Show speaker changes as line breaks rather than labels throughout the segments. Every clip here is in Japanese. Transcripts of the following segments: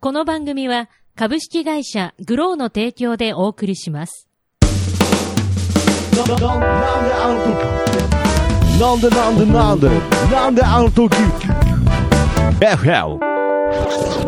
この番組は株式会社グローの提供でお送りします。
なんであの時なんでなんでなんでなんであの時 FL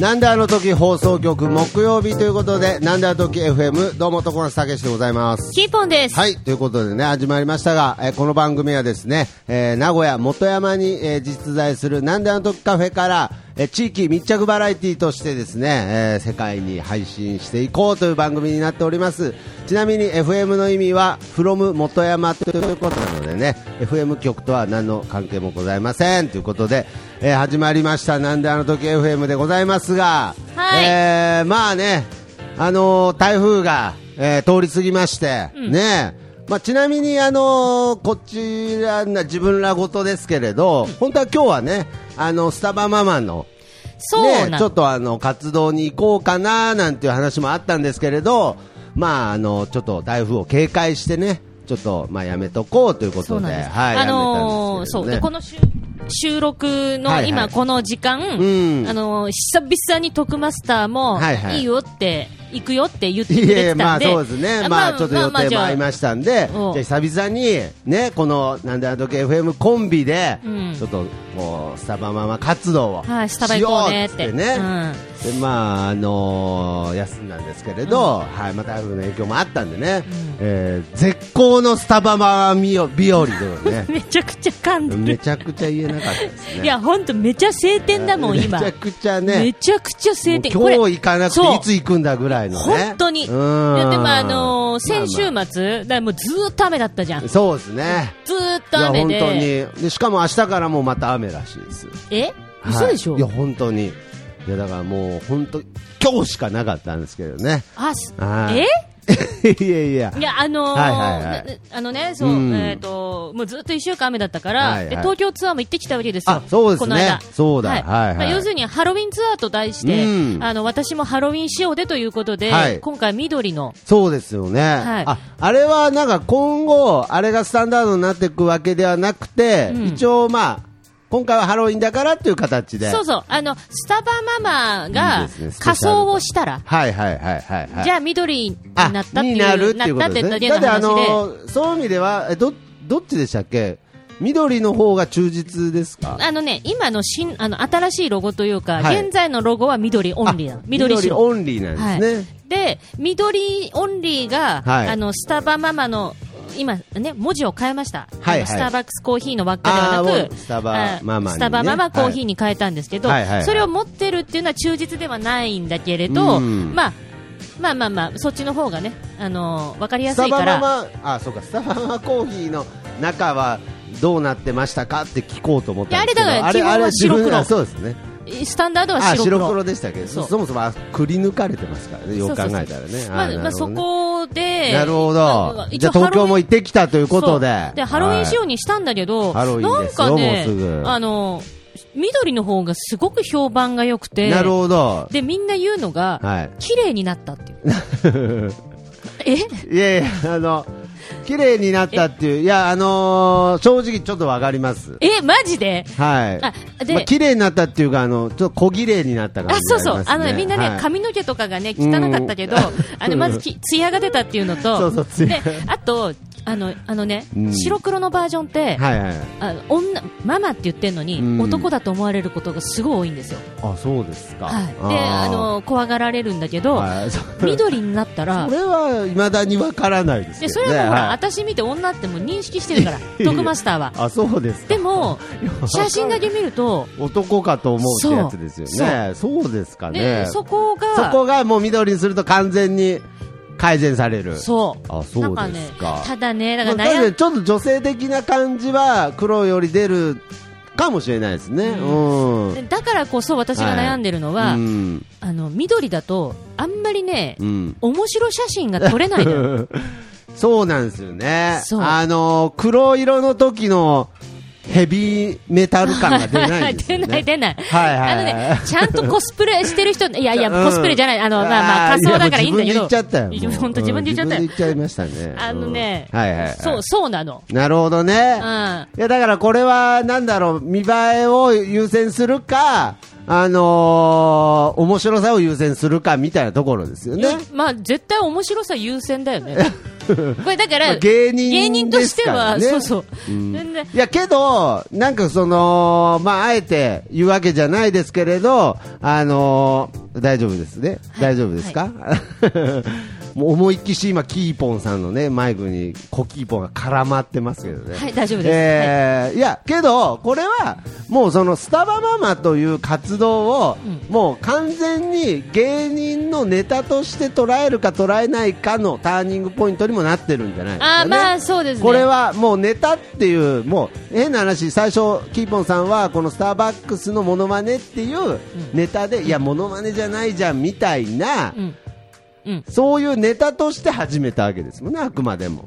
なんであの時放送局木曜日ということで、なんであの時 FM、どうも、所さけしでございます。
キーポンです。
はい、ということでね、始まりましたが、えーこの番組はですね、えー名古屋元山に、えー実在するなんであの時カフェから、えー地域密着バラエティとしてですね、えー世界に配信していこうという番組になっております。ちなみに FM の意味は、from 元山ということなのでね、FM 局とは何の関係もございません。ということで、えー始まりました、なんであの時 FM でございますが、
はい
えーまあね、あのー台風が、えー通り過ぎまして、ねえまあ、ちなみに、あのーこちらな自分らごとですけれど、本当は今日はね、あのスタバママの、
そう
ね
な
えちょっ
の。
とあの活動に行こうかななんていう話もあったんですけれど、まあ、あのちょっと台風を警戒してね、ちょっと、まあ、やめとこうというこ
そ
と
う
で、
なんです。
はい、
あのー
や
そう。
め
で、
た
こ
んで
の収収録
はい
の
はい
今この時間、
うん
あのー久々に徳マスターも、
はいいはい
いよって、行くよって言って
すけどね
く
い
れ
えいえ
て
ま
たん
あ
で。
そうですね、まあ、ちょっと予定も合い
し
ましたんで、
うん
じゃあ久々に、ね、このなんであの時 FM コンビで、
うん
ちょっとこうスタバママ活動を
はい、スタバ
し
行
よ
こう
う
ね
っ
っ。
つっててね。
うん
でまああのー休んだんですけれど、はいまあ、台風の影響もあったんでね、えー絶好のスタバマミオ日和でも ね
めちゃくちゃ噛んでる。
めちゃくちゃ言えなかったですね
いや、ほんと、めちゃ晴天だもん、今。
めちゃくちゃ
め
ね
ちゃくちゃ晴天。
もう今日行かなくて
そう
いつ行くんだぐらいのね
本当に。いや、
う
で
ん
もあのー先週末、
まあ
だからもうずーっと雨だったじゃん。
まあ
ず
そうですね
ーっ
い
と
や
雨
本当に
で。
でしかも明日からもうまた雨らしいです
え嘘でしょ、
はいいや本当にいやだからもう本当今日しかなかったんですけどね
あ、す
はい
え
いやいや
いや、あのー
はいはいは
な
い
なあのね、そう、
うん
えっ、と、もうずっと一週間雨だったから、
はいはい
で、東京ツアーも行ってきたわけですよ。
あそうです
こ
ね
の間。
そうだはいはい
まあ要するに、ハロウィンツアーと題して、
うん
あの、私もハロウィン仕様でということで、
はい
今回緑の、
そうですよね、
はい
ああれはなんか今後、あれがスタンダードになっていくわけではなくて、
うん
一応、まあ、今回はハロウィンだからっていう形で、
そうそう、あの、スタバママ
いい
が
ですねスペシャル
仮装をしたら、
はいはいはいはい、はい、
じゃあ緑に
あ
なったっていう、
になるっていうこ
な
と
ったって
で
言
す
っただ
ね、
け
だ
の
って、あ
話で、
のそういう意味ではえど、どっちでしたっけ、緑の方が忠実ですか、
あのね、今の新、あの、新しいロゴというか、
はい
現在のロゴは緑オンリーなの
あ。
緑白。
オンリーなんです
はい
ね、、
で、緑オンリーが、
はい
あの、スタバママの、今ね、文字を変えました。
は
あの
いはい
スターバックスコーヒーの輪っかではな
あー
く、
もうスタバママにね
あスタバママコーヒーに変えたんですけど、
はいはいはい
それを持ってるっていうのは忠実ではないんだけれど、
うん
まあ、まあまあまあ、そっちの方がね、あのわかりやす
スタ
いか
バ
ら。
ママあそうかスタバママコーヒーの中はどうなってましたかって聞こうと思ったんですけど
いやあれだから
あれ
基本は
あれ自分
白黒
あそうですね
スタンダードは
あ
白黒
白黒でしたけど
そう
そもそもあくり抜かれてますからねよく考えたらね
まあまあ、そこで、
なるほ
ま
ど
一応
じゃあ東京も行ってきたという
そう
ことで
ハロウィン仕様
に
にしたんだけど、
ハロウィン
な
で
ん
すよ
かね
もうす、ぐ
あの、緑の方がすごく評判が良くて、
なるほど
で、みんな言うのが、
はい
綺麗になったっていう。 え
いやいやあの綺麗になったっていういやあのー正直ちょっとわかります
え、マジで
はい
あで
まあ綺麗になったっていうかあのちょっと小綺麗になった感
あ
じ
そうそう、
ります
あのね、みんなね、
はい
髪の毛とかがね、汚かったけど、あのまずき、ツヤが出たっていうのと、
そうそうツ
で
ヤ
あと、あのあのね、
うん
白黒のバージョンって、
はいはいはい
あの女ママって言ってるのに、
うん
男だと思われることがすごい多いんですよ、
あそうですか、
はい、であの怖がられるんだけど、
はいそ
緑になったら
そ、れはいまだにわからないですけ
で
ど、ね、
それはもうほら、
はい
私見て女ってもう認識してる から、トクマスターは。
あそうですか
で も、写真だけ見ると、
男かと思うってやつですよねそうですかね
ね、そこが、
そこがもう緑にすると完全に改善される
そう
あそうですか
なんね、ただね、だ
ま
か
あ
ら
確
悩
か
ん
にちょっと女性的な感じは黒より出るかもしれないですねうん、
だからこそ私が悩んでるのは、
うん
あの緑だと、あんまりね、
うん
面白写真が撮れないの よ。
そうなんですよね
そう。
あの、黒色の時のヘビーメタル感が出ないんですよ、ね。
出ない出ない
はいはい、
あのね、ちゃんとコスプレしてる人、いやいや、コスプレじゃない、あの、まあまあ、仮装だからいいんだけど。
自分で言っちゃったよ。も う
本当自分で言っちゃった
うん
よ
自。分で言っちゃいましたね。
あのね、
うんはいはいはい。
そう、そうなの。
なるほどね。
う
いや、だからこれは、なんだろう、見栄えを優先するか、あのー面白さを優先するかみたいなところですよね。
まあ、絶対面白さ優先だよ ね。これだか
ま
ら、
あ芸人
としては、
ですから
そう
ね
そう。全然
いや、けど、なんかその、まあ、あえて言うわけじゃないですけれど、あのー大丈夫ですね。
はい
大丈夫ですか、 もう思いっきし今、キーポンさんのね、マイクに、コキーポンが絡まってますけどね。
はい大丈夫です
えーい、や、けど、これは、もうその、スタバママという活動を、もう完全に芸人のネタとして捉えるか捉えないかのターニングポイントにもなってるんじゃないです
あ
か
ー
ね。
まあ、そうですね。
これはもうネタっていう、もう変な話、最初、キーポンさんはこのスターバックスのモノマネっていうネタで、いや、モノマネじゃないじゃんみたいな、
うん、うん
そういうネタとして始めたわけですもんね、あくまでも。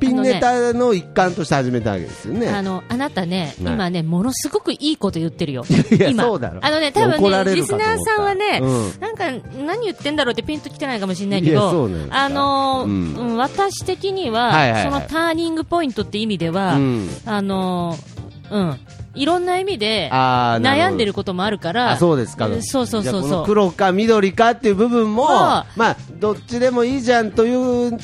ピンネタの一環として始めたわけですよね。
あの、あなたね、
はい
今ね、ものすごくいいこと言ってるよ。
いや
今。
そうだろ
あのね、多
怒
分ね、
られ
リ
る
ス
かと思った
ナーさんはね、
う
なんか、何言ってんだろうってピンときてないかもしれないけ
いやそ
ど
うなんで、すか
あのー、
うん
うん私的には、
はいはいはい
そのターニングポイントって意味では、
うん
あのー、うん。いろんな意味で、
あーなるほど
悩んでることもあるから、
あそうですか
んそうそう
じゃ
そ
あ
う
こ
そ
の
う。
黒か緑かっていう部分も、
は
まあ、どっちでもいいじゃんという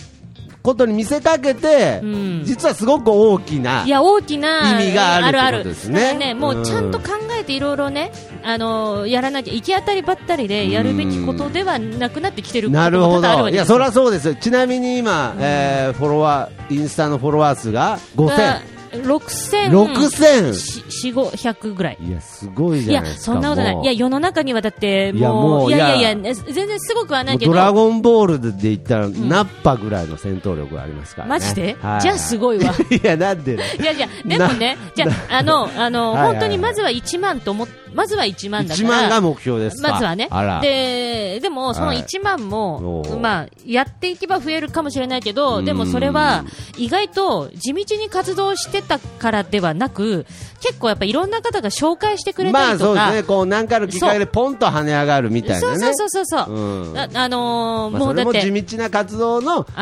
ことに見せかけて、
うん
実はすごく大きない
や大きな
意味がある
あ
ってことですね
あるねもううんちゃんと考えていろいろね、あのやらなきゃ行き当たりばったりでやるべきことではなくなってきてること
なる
も多
ほ
々ある
ど、
わけ
い
で
や
す
そりゃそうですよ、ちなみに今、えーフォロワー、インスタのフォロワー数が5000、
六千
6000、
四五百ぐらい。
いや、すごい
い
じゃ
や
ないですか、
そんなことない。
もう
いや世の中にはだって
いや
も
も
う
う
いやい
い
や
や
いや全然すごくはない
も
うけど
ド。ラゴンボールで言ったら、ナッパぐらいの戦闘力がありますからね、
マジで
はい
じゃあすごいわ
いや、なんでだ
いやいやでもねじゃ ああのあの
はいはい
本当にまずは一万と思っまずは一万だか
1
ら。
万が目標ですか、
まずはね
あら、
ででも、その
はい
1万も、
おー
まあ、やっていけば増えるかもしれないけ
う
ど、
ん
でもそれは意外と地道に活動してたからではなく、結構やっぱいろんな方が紹介してくれ
ま
た
あ
り
そ
と
うです
か
ね、、こう何かの機会でポンと跳ね上がるみたい
そ
な
う
ね。
そうそうそうそう、
うん
ああのー
まあ
も
そう
だ
れ
っ
も地
て、
道な活動の
あー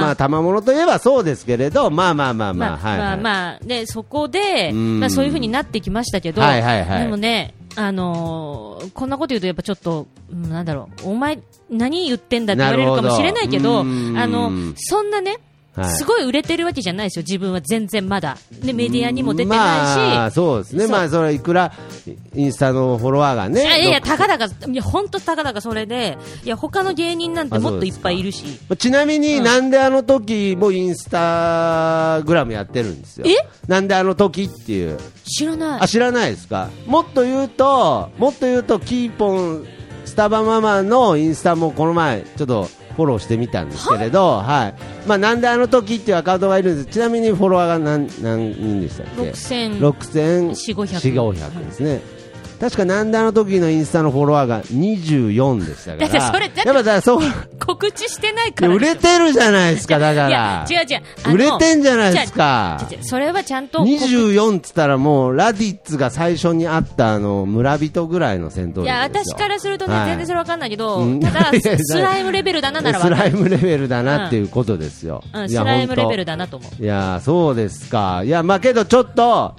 まあ、たまものといえばそうですけれど、まあまあまあまあ、
まあ、
はい、はい
まあ、まあ、で、そこで、
うん
まあ、そういう風になってきましたけど、
はいはいはい
でもね、あのーこんなこと言うとやっぱちょっと、うんなんだろう、お前、何言ってんだって言われるかもしれないけど、
なるほどうん
あの、そんなね、
はい
すごい売れてるわけじゃないですよ、自分は全然まだ。で、メディアにも出てないし、
まあ、そうですね、
そう
まあ、それはいくらインスタのフォロワーがね、
いやいや、
ど
たかだか、いや、本当たかだかそれで、いや、他の芸人なんてもっといっぱいいるし。
ちなみに、
うん
なんであの時もインスタグラムやってるんですよ、
え
なんであの時っていう、
知らない
あ。知らないですか、もっと言うと、もっと言うと、キーポン、スタバママのインスタもこの前、ちょっとフォローしてみたんですけれど、はいまあ、なんであの時っていうアカウントがいるんです、ちなみにフォロワーが何何人でしたっけ
6000
6400ですね。確かなんであの時のインスタのフォロワーが24でしたか
だ
ら。
ってそれだって
やっぱだ そう、
告知してないからでしょ
売れてるじゃないですか、だか
いや
ら。
違う違うあの
売れてんじゃないですか
違う違う違うそれはちゃんと
24っつったらもう、ラディッツが最初にあったあの、村人ぐらいの戦闘力ですよ
いや私からするとね、
はい
全然それわかんないけど、
うん
ただ
いやいや
スライムレベルだなならわ
ス
か
ライ
る
ムレベルだなっていうことですよ。
うん、
い
ス
や
ライムレベル
ほ
だなと思うん
といや、そうですか。いや、まあけどちょっと、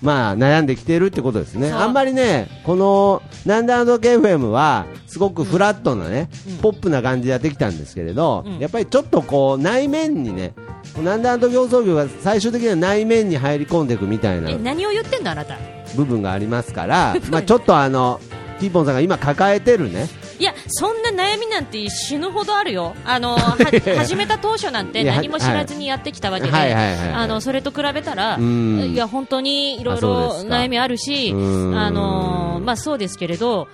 まあ悩んできてるってことですね。
そう
あんまりね、この、なんであの KFM は、すごくフラットなね、ポップな感じでやってきたんですけれど、
うん
やっぱりちょっとこう、内面にね、なんであの競争業が最終的には内面に入り込んでいくみたいな
え何を言ってんのあなたい
部分があります から、まあちょっとあの、キーポンさんが今抱えてるね、
やそんな悩みなんて死ぬほどあるよあ のは始めた当初なんて
いや
何も知らずにやってきたわけで
はいはいはいはい
あのそれと比べたら
うん
いや本当にいろいろ
あそうですか
悩みあるし
うん
あのまあそうですけれど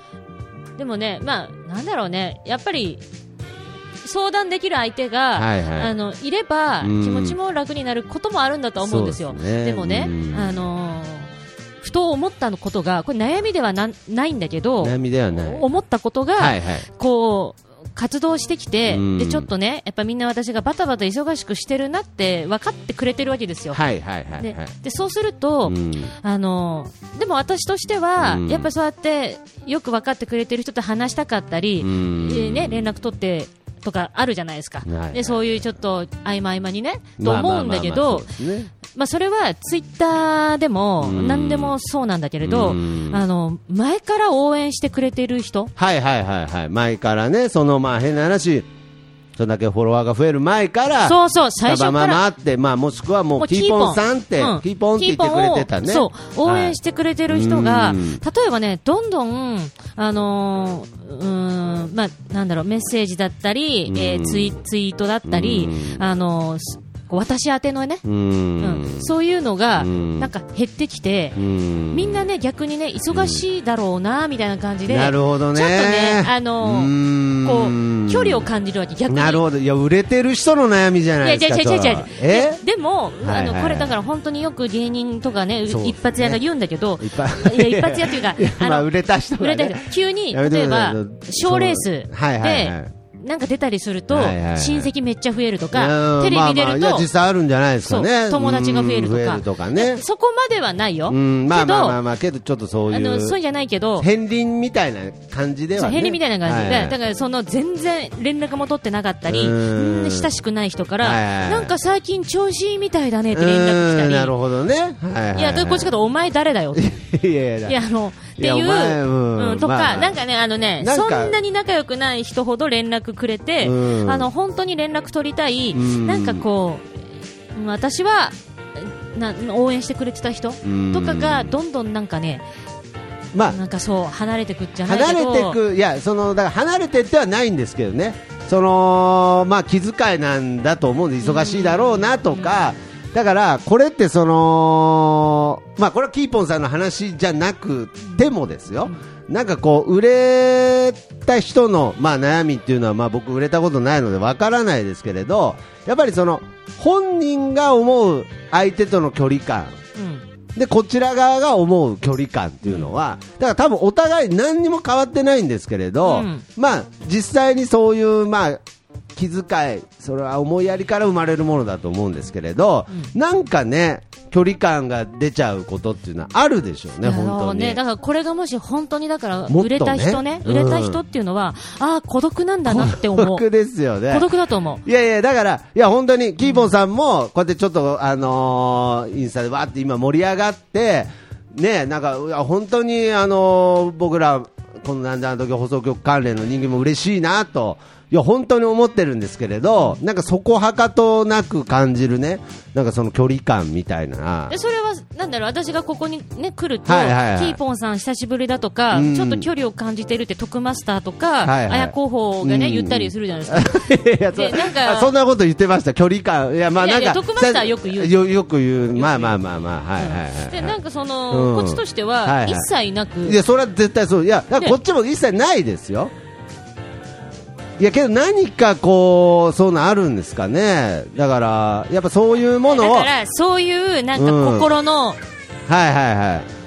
でもねまあなんだろうねやっぱり相談できる相手が、
はいいはい
あのいれば気
うん
持ちも楽になることもあるんだとは思うんですよ。
そう
で
ですね
もね、
うん
あのふと思ったことがこれ悩みではなないんだけど
悩みではない。
思ったことが、
はいはい。
こう活動してきて、
うん
でちょっとね、やっぱみんな私がバタバタ忙しくしてるなって分かってくれてるわけですよ。
はいはいはい
で
はい。
でそうすると、
うん
あのでも私としては、
うん
やっぱそうやってよく分かってくれてる人と話したかったり、
うん
えーね、連絡取ってとかあるじゃないですか、
いはい
でそういうちょっと合間合間にね、と
まあ
思うんだけど、まあ、それはツイッターでも
うん
何でもそうなんだけれど、
うん
あの前から応援してくれてる人、
はいはいはいはい。前からね、そのまあ変な話、それだけフォロワーが増える前から、
そうそう最初から
ママって、まあもしくはも
も
う
う
キ
キー
ーポ
ポ
ン
ン
さんって、
うん
キーポンって言ってくれてたね。。
キーポンをそう応援しててくれてる人が、
うん
例えばね、どんどん、あのーうーんまあ、なんだろう、メッセージだったり、えーツイツイートだったり、
う
あのーすこう私宛てのね、
う
うん
ん。
そういうのが、
うん
なんか減ってきて、
うん
みんなね、逆にね、忙しいだろうな、みたいな感じで、
なるほどね。
ちょっとね、あのー
ー
こう、距離を感じるわけ、逆に。
なるほど。いや、売れてる人の悩みじゃない
い
です
や、
か。
違う違う違う違う
それはえ
ででも、
はいはい
あのこれだから本当によく芸人とかね、う
そうですね
一発屋が言うんだけど、
一発
いや一発屋というか
いや、
あの
まあ売れた人がね
売れた人急に、
やめて
例え
くださ
ば
いあの、
賞レース
そのはいはいはい
で、なんか出たりすると、
はいはいはい
親戚めっちゃ増えると
う
か、
ん
テレビ出
まあ
る
まあいや
と、
実際あるんじゃないですか
そ
ね。
う友達が増えるとか
うん増えるとかね。
そこまではないよ。
うん、まあまあまあ
け
まあ、けどちょっとそう
ど、あ
い
の、
う。
そうじゃないけど、
片鱗みたいな感じで
そ
は
う
ね。
ヘンリーみたいな感じで、
はいはい
だからその全然連絡も取ってなかったり、
う
うんん親しくない人から、
はいはいはい
なんか最近調子いいみたいだねって連絡来た
うんな
り
る、ほどね。はいはいはい
いや、どこっちかとお前誰だよって。
いやいや
いや、あの、っていう、
いやお前うん
うんとか、
まあ
なんかね、あのね
なんか
そんなに仲良くない人ほど連絡くれて、
うん
あの、本当に連絡取りたい、
ん
なんかこう、私は、な応援してくれてた人
ん
とかが、どんどんなんかね、
まあ、
なんかそう、離れてくじゃない
離
け
れ
ど、
てく、いや、その、だから離れてってはないんですけどね。その、まあ、気遣いなんだと思うんで、忙しいだろうなとか、だから、これってその、まあ、これはキーポンさんの話じゃなくてもですよ。なんかこう、売れた人の、まあ、悩みっていうのは、まあ、僕売れたことないのでわからないですけれど、やっぱりその、本人が思う相手との距離感
うん
でこちら側が思う距離感っていうのは、だから多分お互い何にも変わってないんですけれど、
うん
まあ実際にそういうまあ気遣い、それは思いやりから生まれるものだと思うんですけれど、なんかね、距離感が出ちゃうことっていうのはあるでしょうね、
だから
本当に。
ね、だからこれがもし本当にだから
もっとね
売れた人ね
うん
売れた人っていうのは、ああ孤独なんだなって思う
孤独 ですよね。
孤独だと思う
いやいや、だから、いや、本当に、キーポンさんも、こうやってちょっと、あのーインスタでわーって今盛り上がって、ね、なんか、いや本当に、あのー僕ら、このなんだあの時放送局関連の人間も嬉しいなと、いや、本当に思ってるんですけれど、なんかそこはかとなく感じるね、なんかその距離感みたいな
で。それは、なんだろう、私がここにね、来ると、
はいはいはい
キーポンさん久しぶりだとか、
うん
ちょっと距離を感じてるって、徳マスターとか、
はいはい
あや候補がね、
うん
言ったりするじゃないですか。
いやそ
でなんか
あそんなこと言ってました、距離感。いや、まあ
い
な
や
ん
い
か、
やトップマスターはよく言う
よよく言う。まあまあまあまあ、はいはいはい。
で、なんかその、
うん
こっちとして
はい
は、
はい
一切なく、
いや、それは絶対そう、いや、だから
ね
こっちも一切ないですよ。いやけど何かこうそういうのあるんですかねだからやっぱそういうもの
だ
をは
か
い
ら、そういう、なんか
うん
心の、
はいはい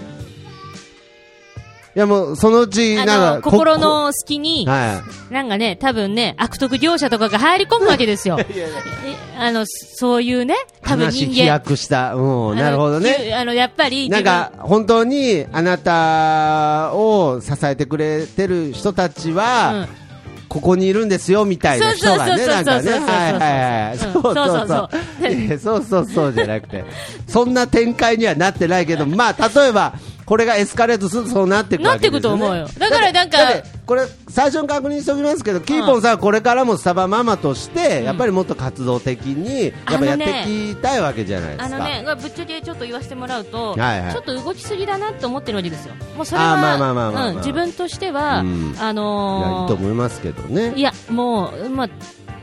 いやもうそのうちな
あ
んか
の、
こ
心の隙に、
は
なんかね、多分ね、悪徳業者とかが入り込むわけです よ。えあの、そういうね、
い
多分
話
人
飛
間。
躍したう
あ
ん
の
なるほどね
ゆあの、やっぱり、
なんか本当にあなたを支えてくれてる人たち
自分、う
は
ん
ここにいるんですよみたいな人がね、
そう
な
そうそ
ん
うそう
か
そう
ね、
そうそう
はいはいはい、そう
うん
そうそ、
そう
いやそうそうそうじゃなくて、そんな展開にはなってないけど、まあ例えばこれがエスカレートするとそうなってくるわけですよね。
なってくと思うよだからなんか
だってだってこれ最初に確認しておきますけど、キーポンさんはこれからもスタバママとしてやっぱりもっと活動的にやっぱやっていきたいわけじゃないで
あ
す
の
か。
ね、ぶっちゃけちょっと言わせてもらうと、
はいはい
ちょっと動きすぎだなと思ってるわけですよ。もうそれ
あーまあまあまあまあまあ
は、うん自分としては、
うん
あ
いやいいと
の
思いますけどね
ー、い。や、もう、まあ、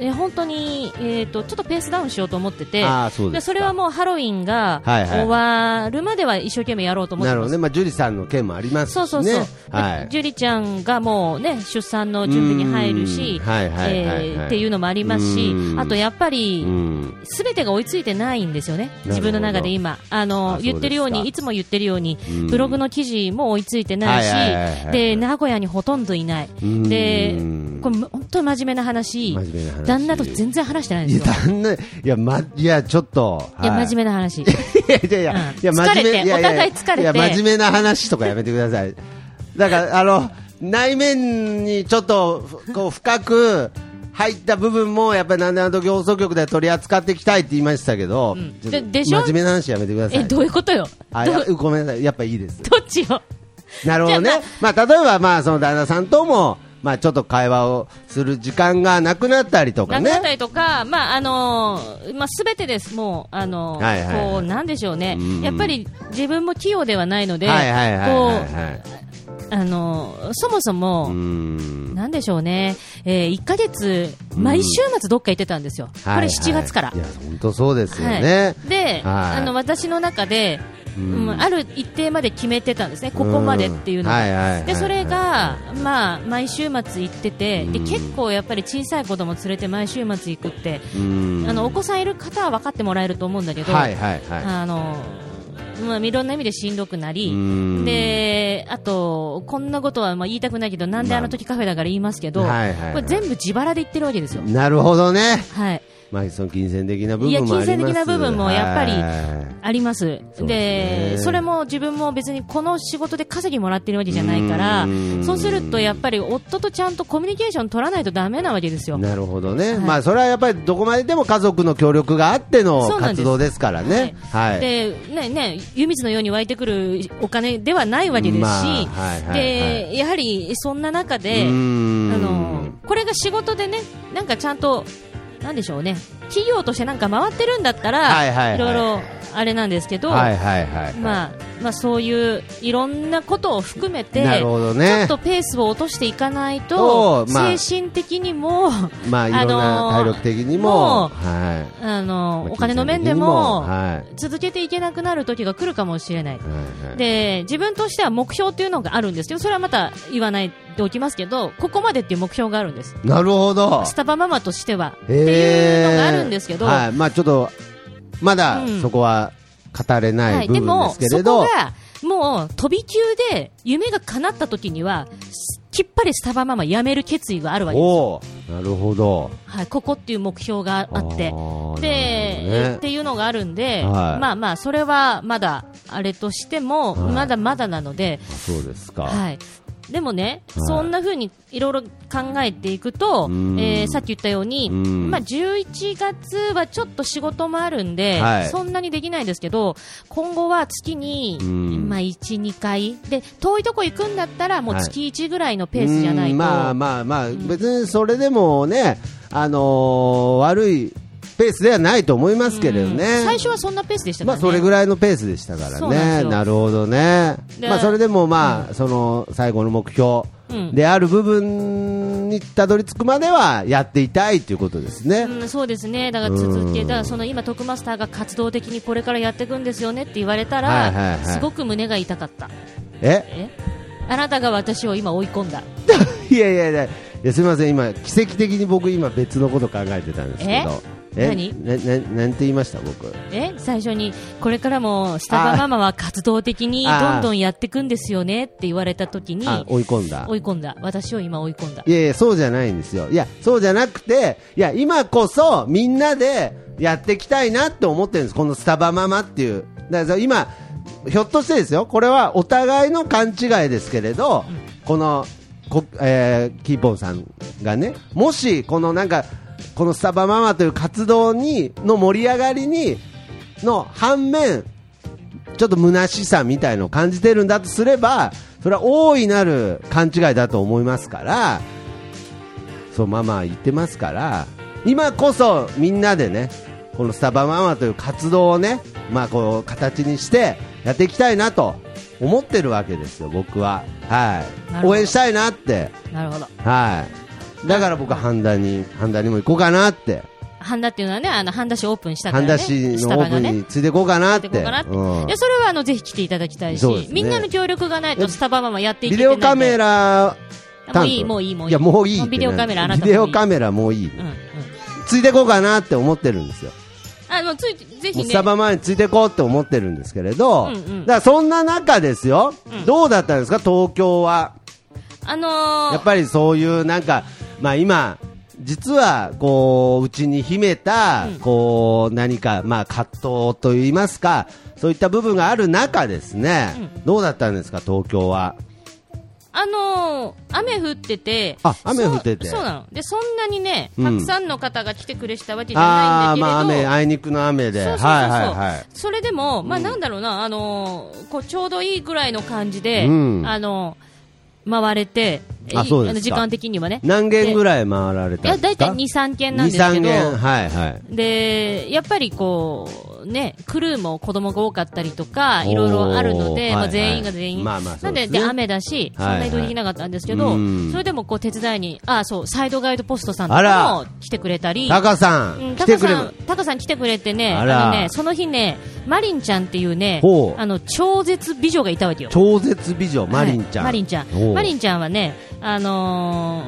えー本当に、えー、とちょっとペースダウンしようと思ってて
あーそうですか
それはもうハロウィンが
はいはい
終わるまでは一生懸命やろうと思っ
な
て
る
ま
ほ
す
どね、まあ、ジュリさんの件もありますし、
そう
ね、
そうそう、
はい、
ジュリちゃんがもうね出産の準備に入るし、
うんはいはいはいはい
えーっていうのもありますし
う、ん
あとやっぱり
う、ん、
すべてが追いついてないんですよね、自分の中で今、あ
あ
の
そうですか
言ってるように、いつも言ってるように
うん、
ブログの記事も追いついてないし、
はいはいはいはい
で名古屋にほとんどいない、
うん
でこれ、本当に真面目な話
真面目な話
旦那と全然話してないんで
い
す
や
よ。
旦那いや、ま、いやちょっと、
いや、真面目
目
な話。
いやいやいや
うん、
いや
疲れて
真面目いやいや
お互い疲れて
いや真面目な話とかやめてくださいだからあの内面にちょっとふこう深く入った部分もやっぱり何であの時放送局で取り扱っていきたいって言いましたけど、
ん
ちょっと
ででしょ
真面目な話やめてください
え、どういうことよ
あ
ど
やごめんなさいやっぱいいです
どっちよ
なるほどね
じゃあ、
まあ、例えば、まあ、その旦那さんとも、まあ、ちょっと会話をする時間がなくなったりとか
なくなった
ね。
りとか、まああのーまあ、全てです、もう、あのー
はいはいはい
こうなんでしょうね、
うん
やっぱり自分も器用ではないので、
はいはいはいはい
こ
は
うあのーそもそ
い。うー
も、
ん
なんでしょうね、えー、1か月、毎週末どっか行ってたんですよ、こ
はいは
れ
い
7月から
い。や、本当そうですよ
はい
ね。
で、
はい
あの私の中で、
ん
うんある一定まで決めてたんですね、ここまでっていうの
うんはいはいはいは
が、
い
でそれが、まあ、毎週末行ってて、で結構やっぱり小さい子供連れて毎週末行くって、
うーん
あのお子さんいる方は分かってもらえると思うんだけど、
はいはいは
あのまあ、いろんな意味でしんどくなり
うーん、
であと、こんなことはまあ言いたくないけど、なんであの時カフェだから言いますけど、
はいはいはい
これ全部自腹で言ってるわけですよ。
い。なるほどね。
はい
まあ、その金銭的な部
いや
分もあります
金銭的な部分もやっぱり
はい
あります、
そうですね
でそれも自分も別にこの仕事で稼ぎもらってるわけじゃないから
うーん
そうするとやっぱり夫とちゃんとコミュニケーション取らないとダメなわけですよ。
なるほどね。
はい
まあ、それはやっぱりどこまででも家族の協力があっての
そうなんです
活動ですからね。はい。
でねね、湯水のように湧いてくるお金ではないわけですし、
まあはいはいは
でやはりそんな中
う
であ
ーん
のこれが仕事でねなんかちゃんとなんでしょうね企業としてなんか回ってるんだったら、
はいはいはい
ろいろあれなんですけど、
はいはいはい。
まあまあ、そういういろんなことを含めて
なるほどね
ちょっとペースを落としていかないと、
そうまあ
精神的にも、
まあ、いろんな体力的にも、
あのーもう
はい。
あの
まあ
お金の面で
金銭
も、
的にもはい
続けていけなくなる時が来るかもしれない。
はいはい
で自分としては目標っていうのがあるんですけどそれはまた言わないでおきますけどここまでっていう目標があるんです
なるほど。
スタバママとしてはって
へ
い
ー
うのがあるんですけど、
はい、まあちょっと、まだ
うん
そこは語れ
は
ない
で
い部分で
も
すけ
そ
れど、
こがもう飛び級で夢が叶った時にはすきっぱりスタバママ辞める決意があるわけですよ、
おおなるほど。
はい、ここっていう目標があって
あー
で、
なるほどね
っていうのがあるんで、
はい
まあまあそれはまだあれとしても、
はい
まだまだなので、
そうですか。
はい、でもね、
はい
そんな風にいろいろ考えていくと
う、ん
えーさっき言ったように、
うん
まあ、11月はちょっと仕事もあるんで、
はい
そんなにできないですけど今後は月に、
うん
まあ、12回で遠いとこ行くんだったらもう月1ぐらいのペースじゃないと、
うんまあまあまあ、別にそれでもね、あのー悪いペースではないと思いますけれどね。
最初はそんなペースでしたか
ま
ら
あ
ね。
それぐらいのペースでしたか
そうなんで
ら
す
ね、
よ
なるほどね、
で
まあ、それでもまあ、その最後の目標
うん
である部分にたどり着くまではやっていたいということですね。
うん、そうですね、だから続けた、だからその今、徳マスターが活動的にこれからやっていくんですよねって言われたら、
はいはいはい
すごく胸が痛かった、え
え
あなたが私を今追い込んだ、
いやいやいや、いやすみません、今、奇跡的に僕、今、別のこと考えてたんですけど、
え何
なななんて言いました、僕、
え最初にこれからもスタバママは活動的にどんどんやっていくんですよねって言われたときに
あ追い込んだ。
追い込んだ、私を今追い込んだ
い。やいや、そうじゃないんですよ。いや、そうじゃなくて、いや、今こそみんなでやっていきたいなって思ってるんです。このスタバママっていう。だから今、ひょっとしてですよ、これはお互いの勘違いですけれど、この、こえーキーポンさんがね、もし、このなんか、このスタバママという活動に、の盛り上がりに、の反面、ちょっと虚しさみたいのを感じてるんだとすれば、それは大いなる勘違いだと思いますから、そう、ママは言ってますから、今こそみんなでね、このスタバママという活動をね、まあこう、形にしてやっていきたいなと思ってるわけですよ、僕は。は。
ないるほど
応援したいなって。
なるほど
はだから僕、ハンダに、ハンダにも行こうかなって。
ハンダっていうのはね、あの、ハンダ市オープンしたから
ハ
ね。
ンダ市
ス
の
タ
オ
バ
ープ
が
ン
ね
についていこうかなっ
やって
て。
こうかなって
うん
いやそれはあのぜひ来ていただきたいし、
そうですね
みんなの協力がないとスタバママやっていけ
ビ
て
デ
ない
オカ
ラ、
メラ
もう
担当
いい、もういい、もういい。
や、もういいってね。
ビデオカメラ、あなたもい
ビ
い
デオカメラもういい。
うんうん。
ついていこうかなって思ってるんですよ。
あ、もうついて、ぜひ
も
ね。
うスタバ前についていこうって思ってるんですけれど、
うんうん
だからそんな中ですよ、どうだったんですか、東京は。
あのー、
やっぱりそういうなんか、まあ、今、実はこううちに秘めたこう何か、まあ、葛藤といいますか、そういった部分がある中ですね、どうだったんですか、東京は。
あのー、雨降ってて、
あ雨降ってて
そうそうなの。で、そんなにね、
うん
たくさんの方が来てくれしたわけじゃ
あ
な
あ
いんだけ
ー、
れど、
まあ、雨、あいにくの雨で、
そう
は
そ
いう
そうそう、
はいはい。
それでも、まあ、なんだろうな、あのーこうちょうどいいぐらいの感じで、
うん
あのー回れて、
あ
いい
そうですか
の時間的にはね。
何軒ぐ
い
らい回られ
い
たん
や、
で
大
すか
体2、3件なんですけ
2 3
ど、
軒、はいはい。
で、やっぱりこう、ね、クルーも子供が多かったりとか、
おー
いろいろあるの
はい
で、ま
は
あ、
い
全員が全員。
まあまあそ
な
うんで
で、
すね
で、雨だし、そん
はいは
ない移動できなかったんですけ
う
ど
ん、
それでもこう手伝いに、あ、そう、サイドガイドポストさんと
あら
かも来てくれたり、
タカさ、
うんん
来
タ
て
カ
くれ
さん、タカさん来てくれてね、
あ
あ
ら
のね、その日ね、マリンちゃんっていうね
ほ、う
あの、超絶美女がいたわけよ。
超絶美女、マリンちゃん。
はいマリンちゃ
お
ん。
う
マリンちゃんはね、あの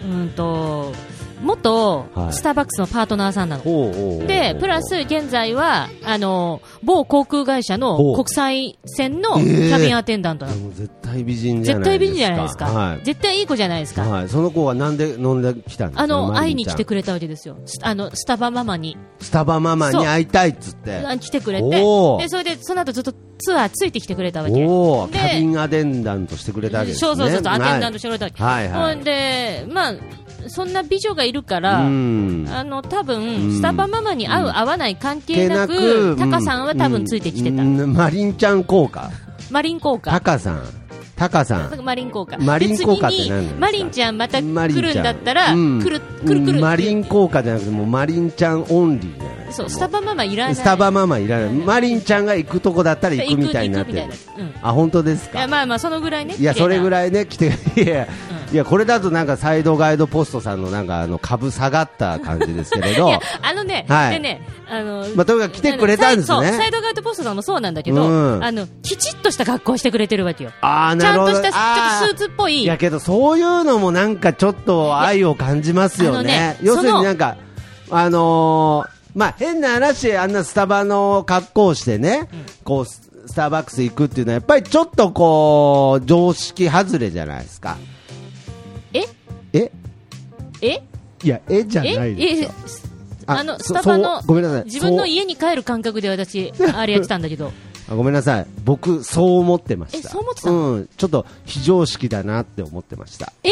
ー、うーんと、元
はい、
スターバックスのパートナーさんなの。
ほうほうほうほう
で、プラス、現在は、あのー、某航空会社の
ほう
国際線のキ
ええ
ャビンアテンダントな
で
の。
も絶対美人じゃ
絶
な
対
いですか。
美人じゃないです
は
か
い。。
絶対いい子じゃないですか。
はい、その子はなんで飲んできたんですか
あの、
マ
会
リ
い
ン
に
ちゃ
来
ん
てくれたわけですよ。スあの、スタバママに。
スタバママに会いたいっつって。
来てくれて、
おー
でそれでその後ずっとツアーついてきてくれたわけ。
おお、キ
で
ャビンアテンダントしてくれたわけですね。
そうそうそうそう、アテンダントし
し
てくれたわけ。
はいはい
ほんで、まあ、そんな美女がいるから、
うん。
あの多
うん
分スタバママに合う、合わない関係な
け
く、タカさんは多分ついてきてた、
うんうんマリンちゃん効果。
マリン効
タ
果。
カさん。タカさん。
マリン効果
マリン効果って
で次
何なんです
に
か
マリンちゃんまた来るんだったら、
うん
来る来る来る
マリン効果じゃなくて、もうマリンちゃんオンリーじゃない
そうスタバママいらない
スタバママいらない。マリンちゃんが行くとこだったら行くみたいになってる
行く行くみたいなうん。
あ、本当です
い
か
やまあまあそのぐらいね
いや、それぐらいね、来て、いや、
う
いや、これだとなんかサイドガイドポストさんのなんかあの株下がった感じですけれ ど
いや、あのね、
はい
でね、あの、
まあとにかく来てくれたんですね
あのサイそうサイドガードポストさんもそうなんだけど、
うん
あの、きちっとした格好をしてくれてるわけよ。
ああ、
ち
な
ゃ
る
ん
ほ
と
ど。
した、ち
あー
ょっとスーツっぽ
い
い。
やけど、そういうのもなんかちょっと愛を感じますよ
いや
ね
あの。ね
要するになんか、あのーまあ変な話、あんなスタバの格好をしてね、こう、ススターバックス行くっていうのは、やっぱりちょっとこう、常識外れじゃないですか。
え
え
え
いや、絵じゃ
え
ないです
え
よ。
あの、
そ
スタバの
そうごめんなさい
自分
そ
の
う
家に帰る感覚で私、あれやってたんだけ ど、
あごめんなさい、僕、そう思ってました。
えそう思ってたの
うん、ちょっと非常識だなって思ってました。
え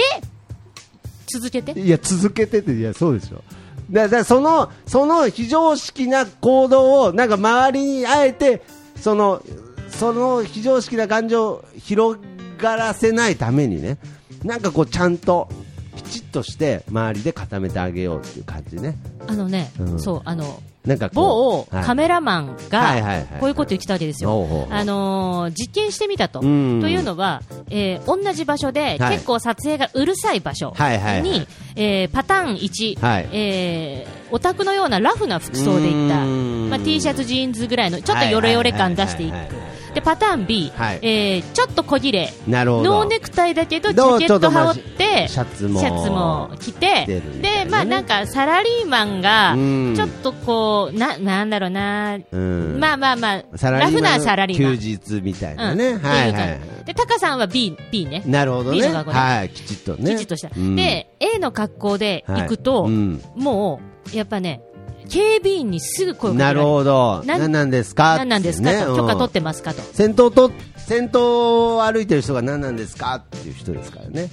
続けて。
いや、続けてて、いや、そうでしょ。
だだからその、その非常識な行動を、なんか周りにあえて、その、その非常識な感情を広がらせないためにね、なんかこう、ちゃんと、きちっとして、周りで固めてあげようっていう感じね。
あのね、
うん
そう、あの、
なんか
某
こう、はい
カメラマン
はいはいはい
が
はい
こういうこと言ってたわけですよ、
ほうほうほう
あのー実験してみたと、と
うん
いうのは、えー同じ場所で
はい
結構撮影がうるさい場所に、
はいはいはい
えーパターン1、
はい
えーオタクのようなラフな服装でいった、
うん
まあ、T シャツ、ジーンズぐらいのちょっとヨレヨレ感出してい
はいはいはいはいはい
く、でパターン B、
はい
えーちょっと小切れ、
なるほど。
ノーネクタイだけどジ
どう
ャケッ
ちょっと
ト
ま
羽
あ
織って
シャツも
も着
着て
て
るみたいなね
でまあなんかサラリーマンが
うん
ちょっとこうななんだろうな
うん
まあまあま
サ
あ
ラリ
ラ
ーマ
フな
ン
サラリーマン
休日みたいな
うん
ね。
って
はいいうは
感
い。
じでタカさんは B, B ね
なるほどね。
B の学校で
はい、きちっとね。
きちっとした、
うん、
で A の格好で
はい
行くと、
うん
もうやっぱね警備員にすぐ声をかけら
な
れ
るほど。
なん
何なんですか
何なんですか、
ね
と許可取っ
うん
てますかと
先頭と、先頭を歩いてる人が何なんですかっていう人ですからね。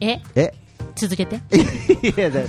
え
え
続けて
いやだ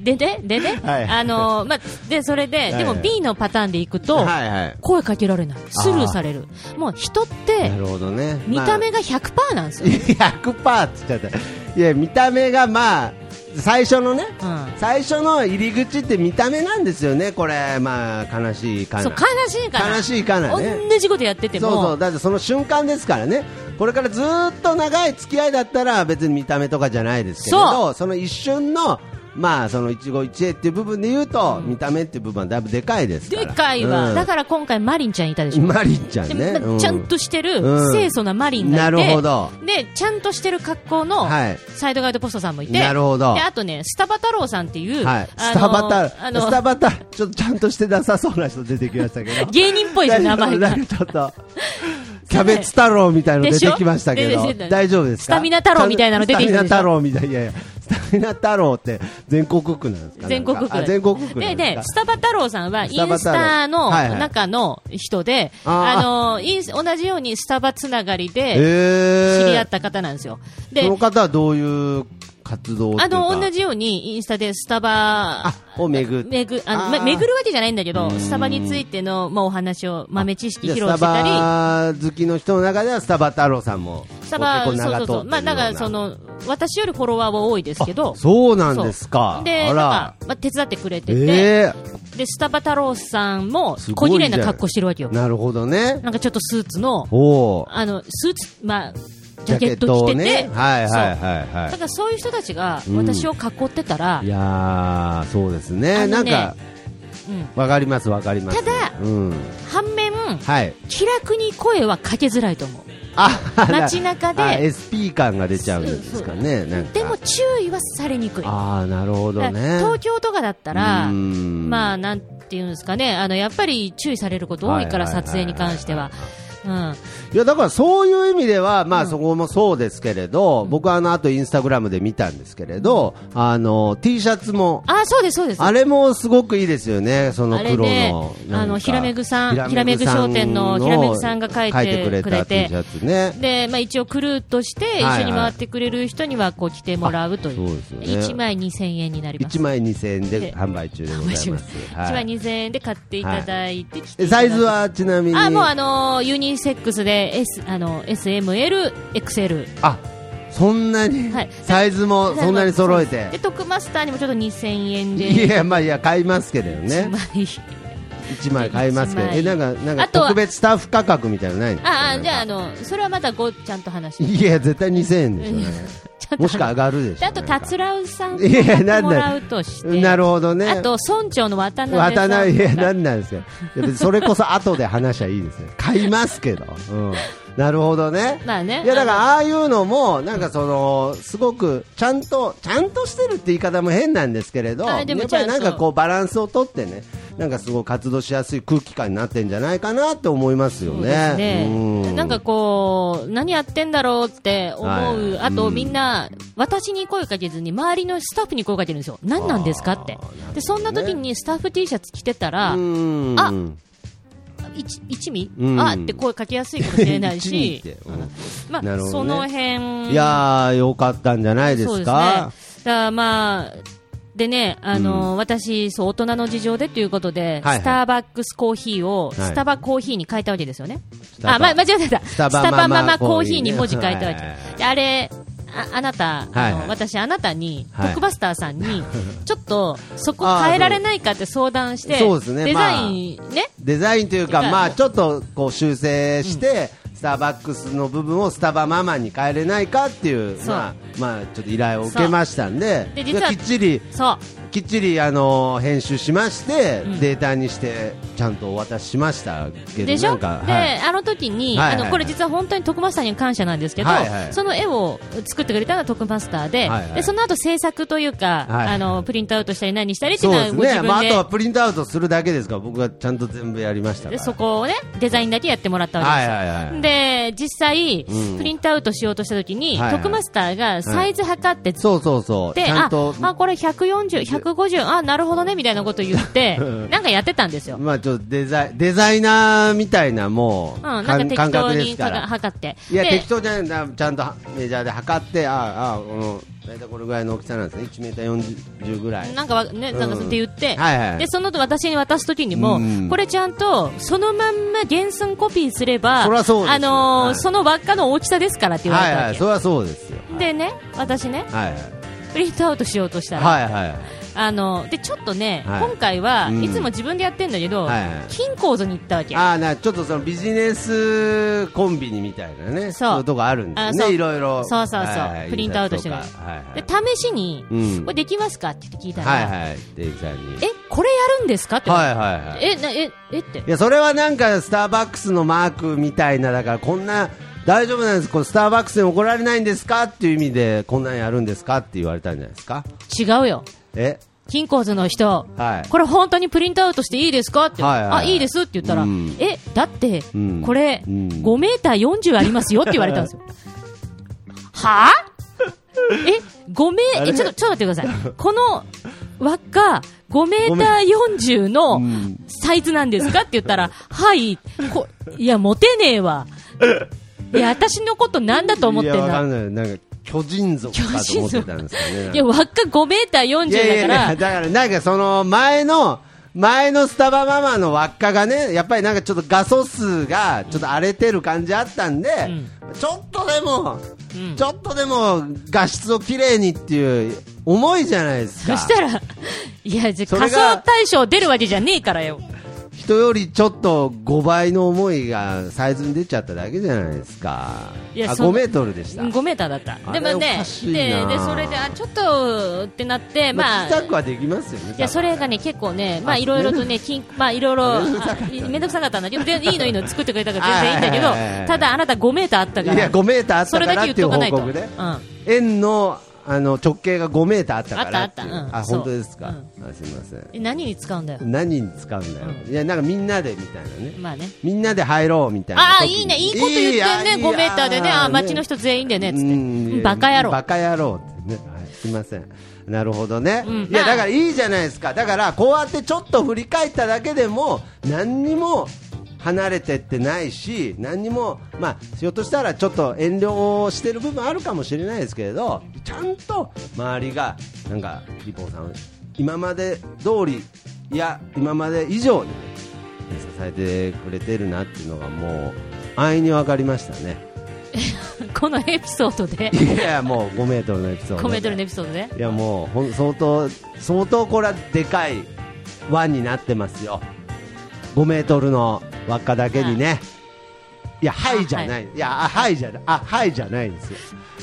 でね、でね、
はい
あのーまあ、で、それで、
いはい
でも B のパターンでいくと、
はいはい
声かけられない。スルーされる。もう人って
な、るほどね。
見た目
が、
が100%なんですよ。
100%って言っちゃった。いや、見た目がまあ、最初のね、
うん
最初の入り口って見た目なんですよね、これ、まあ、悲しいかな。
そう、悲しいから。
悲しいからね
同じことやってても、
そうそう、だってその瞬間ですからね、これからずーっと長い付き合いだったら別に見た目とかじゃないですけれど
そ
その一瞬のまあその一期一会っていう部分で言うと、見た目っていう部分はだいぶでかいですから
でかいわ、
うん
だから今回マリンちゃんいたでしょ
マリンちゃ
で
んね、
ま
う
ちゃんとしてる
うん
清楚なマリンがいて、
なるほど
でちゃんとしてる格好の
はい
サイドガイドポストさんもいて、
なるほど
であとねスタバ太郎さんっていう、
はい、
あの
スタバタ、
あの。
スタバタ、ちょっとちゃんとしてなさそうな人出てきましたけど
芸人っぽいじゃん名前が
なんかちょっと。 キャベツ太郎みたいなの出てきましたけ
でしょ
ど
出てき、た
大丈夫ですか
スタミナ太郎みたいなの出てきた
ス
でし
タミ
ょ
ナ太郎みたい、いやいや、スタミナ太郎って全国区なんですか
全国区
なんかあ全国区な
で
んです
で
か
スタバ太郎さんはイン
スタバ
ス
太郎
タの
はいはい
中の人で、
あー
あのインス同じようにスタバつながりで知り合
え
った方なんですよ、
ー、その
で
方はどういう活動ってい
あ
うか
の同じようにインスタでスタバ
あを巡って
めぐあ
あー
ま巡るわけじゃないんだけど
うん
スタバについての、まあ、お話を豆知識披
じ
露
ゃあ
してたり
スタバ好きの人の中ではスタバ太郎さんも
スタバ、そ
こ
う
結構長
そうそう。
通ってるような
まあ、だから、その、私よりフォロワーは多いですけど。
そうなんですか
そう
あ
で、
ら
なんか、まあ、手伝ってくれてて、
ええ
で、スタバ太郎さんも
す、ご
小
いね
綺麗な格好してるわけよ。
なるほどね。
なんかちょっとスーツの、
おお。
あの、スーツ、まあ、ジャケット着てて、
ジャケットをねはいはい
そう
はい
だ
は
からそういう人たちが
うん
私を囲ってたら、
い。いやー、そうです
あ
ね。な
の
ん
ね
か、
うん
わかりますわかります。
ただ
うん。
反面、
はい。
気楽に声はかけづらいと思う。
あ、
街中で
あ SP 感が出ちゃうんですかね。なんか
でも、注意はされにくい。
あー、なるほど
だから
ね。
東京とかだったら、ま
ま
あ、なんていうんですかね、あの、やっぱり注意されること多いから、
はいはいはいはい
撮影に関しては。うん。
いやだからそういう意味では、まあ、
うん
そこもそうですけれど、僕はあのあとインスタグラムで見たんですけれど、あの T シャツも
あ、そうです、そうです。
あれもすごくいいですよね、その
あれ
黒
ね
の。
あのひらめぐさんひらめぐ商店のひらめぐさんが描いて
く
く
れ
れ
て。
て
T シャツね。
で、まあ、一応クルーとして、一
はいはい
緒に回ってくれる人には、こう、来てもらうとい
あそう
う
ですよ。ね
1枚2000円になります。
1枚2000円で
で
販売中でございます。
1
は
枚
い、
2000円で買っていただいて、着て
え
いただ
サイ
く
ズはちなみに。
あ、もうあのーユニセックスで、S、あの、SML、XL。
あそんなに、
はい
サイズもそんなに揃え
で、
て。
トクマスターにもちょっと2000円で。
いや、まあいや、買いますけど
1。
ね
枚
1枚買いますけど。
一枚
え、なんか、なんか
あとは
特別スタッフ価格みたいなのないんですか
ああ、じゃあ、あ
なんか
の、それはまたご、ちゃんと話して。
いや、絶対2000円でしょうね。
ちゃんと話
もしくは上がるでし
で
ょ
あ
うね、
と、たつらうさんと
いやなんだ
もらうとして。
なるほどね。
あと、村長の渡辺さん。
渡辺いやなんなんですかいや別にそれこそ後で話しゃいいですね買いますけど、うん、なるほどね
まあね
いやだからああいうのもなんかそのすごくちゃんとちゃんとしてるって言い方も変なんですけれどや
あ
っ
でも
ぱりなん
ちゃん
か
と
こうバランスをとってねなんかすごい活動しやすい空気感になってんじゃないかなと思いますよ
そうです
ね
ね
う
なんかこう、何やってんだろうって思う、
はい
あと
うん
みんな、私に声かけずに、周りのスタッフに声かけるんですよ、何なんですかって、
あーなるほどね
でそんな時にスタッフ T シャツ着てたら、
うん
あ一一味、
うん
あーって声かけやすいかもしれない
一味っ、
して
うん
まあ
なるほ
そ
どね
の辺
いやーよかったんじゃないで
そう
す
ですね。だ
か
からまあ、でね、あの私そう、大人の事情でということで、
はいはい
スターバックスコーヒーを、
い
スタバコーヒーに変えたわけですよね。
タバ
あ、ま、間違えた。
ス
ス
タ
タ
バ
バ
マ
マ
マ
マ
コ
コ
ー
ー
ヒ
ヒ
ー
ー
ね
に文字変えたわけ
はいはいはい。
であれ、ああなた、
はい
あ
はい
の私、あなたに、
はい
トクバスターさん に、ちょっと、そこ
あー
変えられないかって相談して、
そうですね
デザイン、ね、
デザインというか、
いや
まあ、ちょっとこう修正して、スターバックスの部分をスタバママに変えれないかっていう
そう
まあまあ、ちょっと依頼を受けましたんで
で実は
きっちり
そう。
きっちり、あの編集しまして、
うん
データにしてちゃんとお渡ししましたけど
でし
な
ょ
んか、
で、
はい、
あの時に、
はいはいはい
あのこれ実は本当に徳マスターに感謝なんですけど、
はいはい
その絵を作ってくれたのが徳マスターで、
はいはい
でその後制作というか、
はい
あのプリントアウトしたり何したりってい
そうう
の
で
は
す
ご自
ね、
分で,、
まあ、あとはプリントアウトするだけですから僕がちゃんと全部やりましたから
でそこをねデザインだけやってもらったわけですよ。
はいはいはい
で実際、
うん
プリントアウトしようとした時に、
はいはい
徳マスターがサイズ測って、
そうそうそう
で
ちゃん
あ
と
あこれ140、150、あなるほどねみたいなこと言って、
うん
なんかやってたんですよ、
まあ、ちょっとデザインデザイナーみたいなもう、
うん、なんか適
感
当
覚で
に
すから
測って、
いや
で
適当じゃないなちゃんとはメジャーで測ってああああこの大体これぐらいの大きさなんですね1メーター40ぐらい
なんかわね、なんか
うん
って言って、
はいはい
でその後私に渡すときにも、
うん
これちゃんとそのまんま原寸コピーすれば、
そりゃそうですよ
あのー
はい
その輪っかの大きさですからって言われ
はい
たわけ。
はいそれはそうですよ
でね、私ね、
はいはい
プリントアウトしようとしたら、
はいはい
あのでちょっとね、
はい
今回は、
うん
いつも自分でやってんだけど、
はいはい
金鉱山に行ったわけ。
ああなちょっとそのビジネスコンビニみたいなね
そう
いうとこあるんで
あ
す
そ
ね
う
いろいろ
そうそうそう
はいはい
プリントアウトしてる
印刷とかはいはい
で試しに、
うん
これできますかって聞いたら、
はいはい店員さんに
えこれやるんですかって、
はいはいはい
えなええって
いやそれはなんかスターバックスのマークみたいなだからこんな大丈夫なんですこうスターバックスに怒られないんですかっていう意味でこんなんやるんですかって言われたんじゃないですか
違うよ、
え
金鉱山の人、
はい
これ本当にプリントアウトしていいですかって、
はいはいはい
あいいですって言ったら、
うん
えだって、
うん
これ、
うん
5メーター40ありますよって言われたん ですよ。はあえ5メ
あ
え
れ
ちょっとちょっと待ってください、この輪っか、5メーター40のサイズなんですかって言 ったら、はい、こいや、モテねえわ、いや、私のことなんだと思ってん
いやわか
だ、
んないなんか巨人族かと思ってたんですよね
いや、輪っか5メーター40だから、
いやいやだからなんかその前の前のスタバママの輪っかがねやっぱりなんかちょっと画素数がちょっと荒れてる感じあったんで、ちょっとでも、ちょっとでも画質をきれいにっていう思いじゃないです
そ
か
した ら、いや、じゃ
それ
仮
が
想大賞出るわけじゃねえからよ。
人よりちょっと5倍の思いがサイズに出ちゃっただけじゃないですか
いや
あ
そん
5メートルでした
5メーターだった。
あ
で
れ
も
お
ね
か、し
で、
いな
で、それで、あ、ちょっと、ってなって、
ま
ま
あ、
あ、
小さくはできますよね
いや、それがね、結構ね、まあ、いろいろとね、金、 まあ、いろいろ、あめんどくさかったんだけど、でいいのいいの、作ってくれたから全然いいん
はいは
だ
いはいは
けど、
い
ただ、あなた5メーターあったか
いや
ら、
5メーターあった
それ
か
だ
ら
け
っ
言ってと
いう
かな
報
いと。
告で、
うん。
円のあの直径が5メーターあったから
あったあったうん
あ
そう
本当ですか、
う
あすみません
え何に使うんだよ。
何に使うんだよ、いやなんかみんなでみたいなね
まあね。
みんなで入ろうみたいな
ああ、
時に
いいね、いいこと言って
あ
んね、5メーターでね、ああ、街の
人
人全員でね、つっ
うん
て。バカ野郎
バ。カ野郎ってね、はい、すみませんなるほどね、
うん
いや
まあ
だからいいじゃないですかだからこうやってちょっと振り返っただけでも何にも離れてってないし何にも、まあ、ひょっとしたらちょっと遠慮をしてる部分あるかもしれないですけれどちゃんと周りがなんかリポンさん今まで通りいや今まで以上に、ね、支えてくれてるなっていうのがもう安易に分かりましたね。
このエピソードで、
いやもう5メートルのエピソード
5メートルのエピソードで。
いやもうほん相当相当これはでかい輪になってますよ5メートルの輪っかだけにね、い、やはいじゃない、い、やあはいじゃないあはいじゃないですよ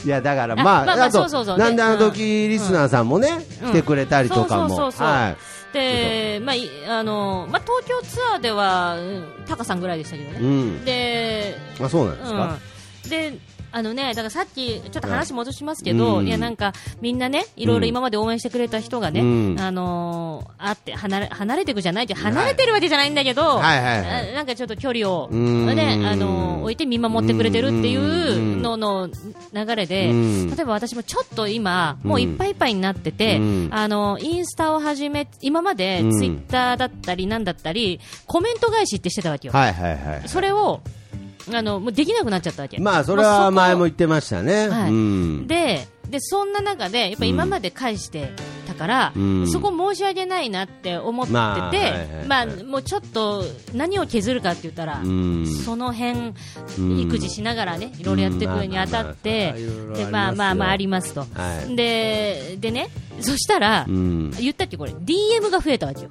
いやだから
あ
まあ、
まあまあ
と
そうそうそう
なん
ね
であの時、
うん
リスナーさんもね、
うん
来てくれたりとかも、
そうそうそうそう
はい
で、まあいあのまあ、東京ツアーでは、うんタカさんぐらいでしたけど
う
ね、
ん
で,、
あそうなんですか、
うん、であのねだからさっき、ちょっと話戻しますけど、
うん
いやなんかみんなね、いろいろ今まで応援してくれた人がね、
うん
あのーあって離れ離れていくじゃないけど、離れてるわけじゃないんだけど、
はいはいはい
あなんかちょっと距離を、
うん
ねあのー置いて見守ってくれてるってい
うん
うのの流れで、
うん
例えば私もちょっと今、もういっぱいいっぱいになってて、
うん
あのインスタを始め今まで
うん
ツイッターだったりなんだったり、コメント返しってしてたわけよ、
はいはいはい
それをあのもうできなくなっちゃったわけ
まあそれは前も
もう
言ってましたね、
はい
うん
そこででそんな中でやっぱ今まで返してたから、
うん
そこ申し訳ないなって思ってて、
ま
まあ
あはいはいはい
もうちょっと何を削るかって言ったら、
うん
その辺
うん
育児しながらねいろいろやっていくにあたって
うんまあまあまあそれはいろいろありますよ
でまあまあまあありますと、
はい
ででねそしたら、
うん
言ったっけこれ DM が増えたわけよ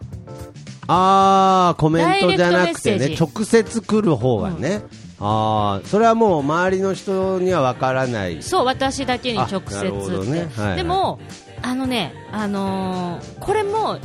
ああコメントじゃなくて
ダイ
ね
レクト
直接来る方がね、ああそれはもう周りの人にはわからない
そう私だけに直
あ
接
なるほどねはいはい
でもあのねあのーこれも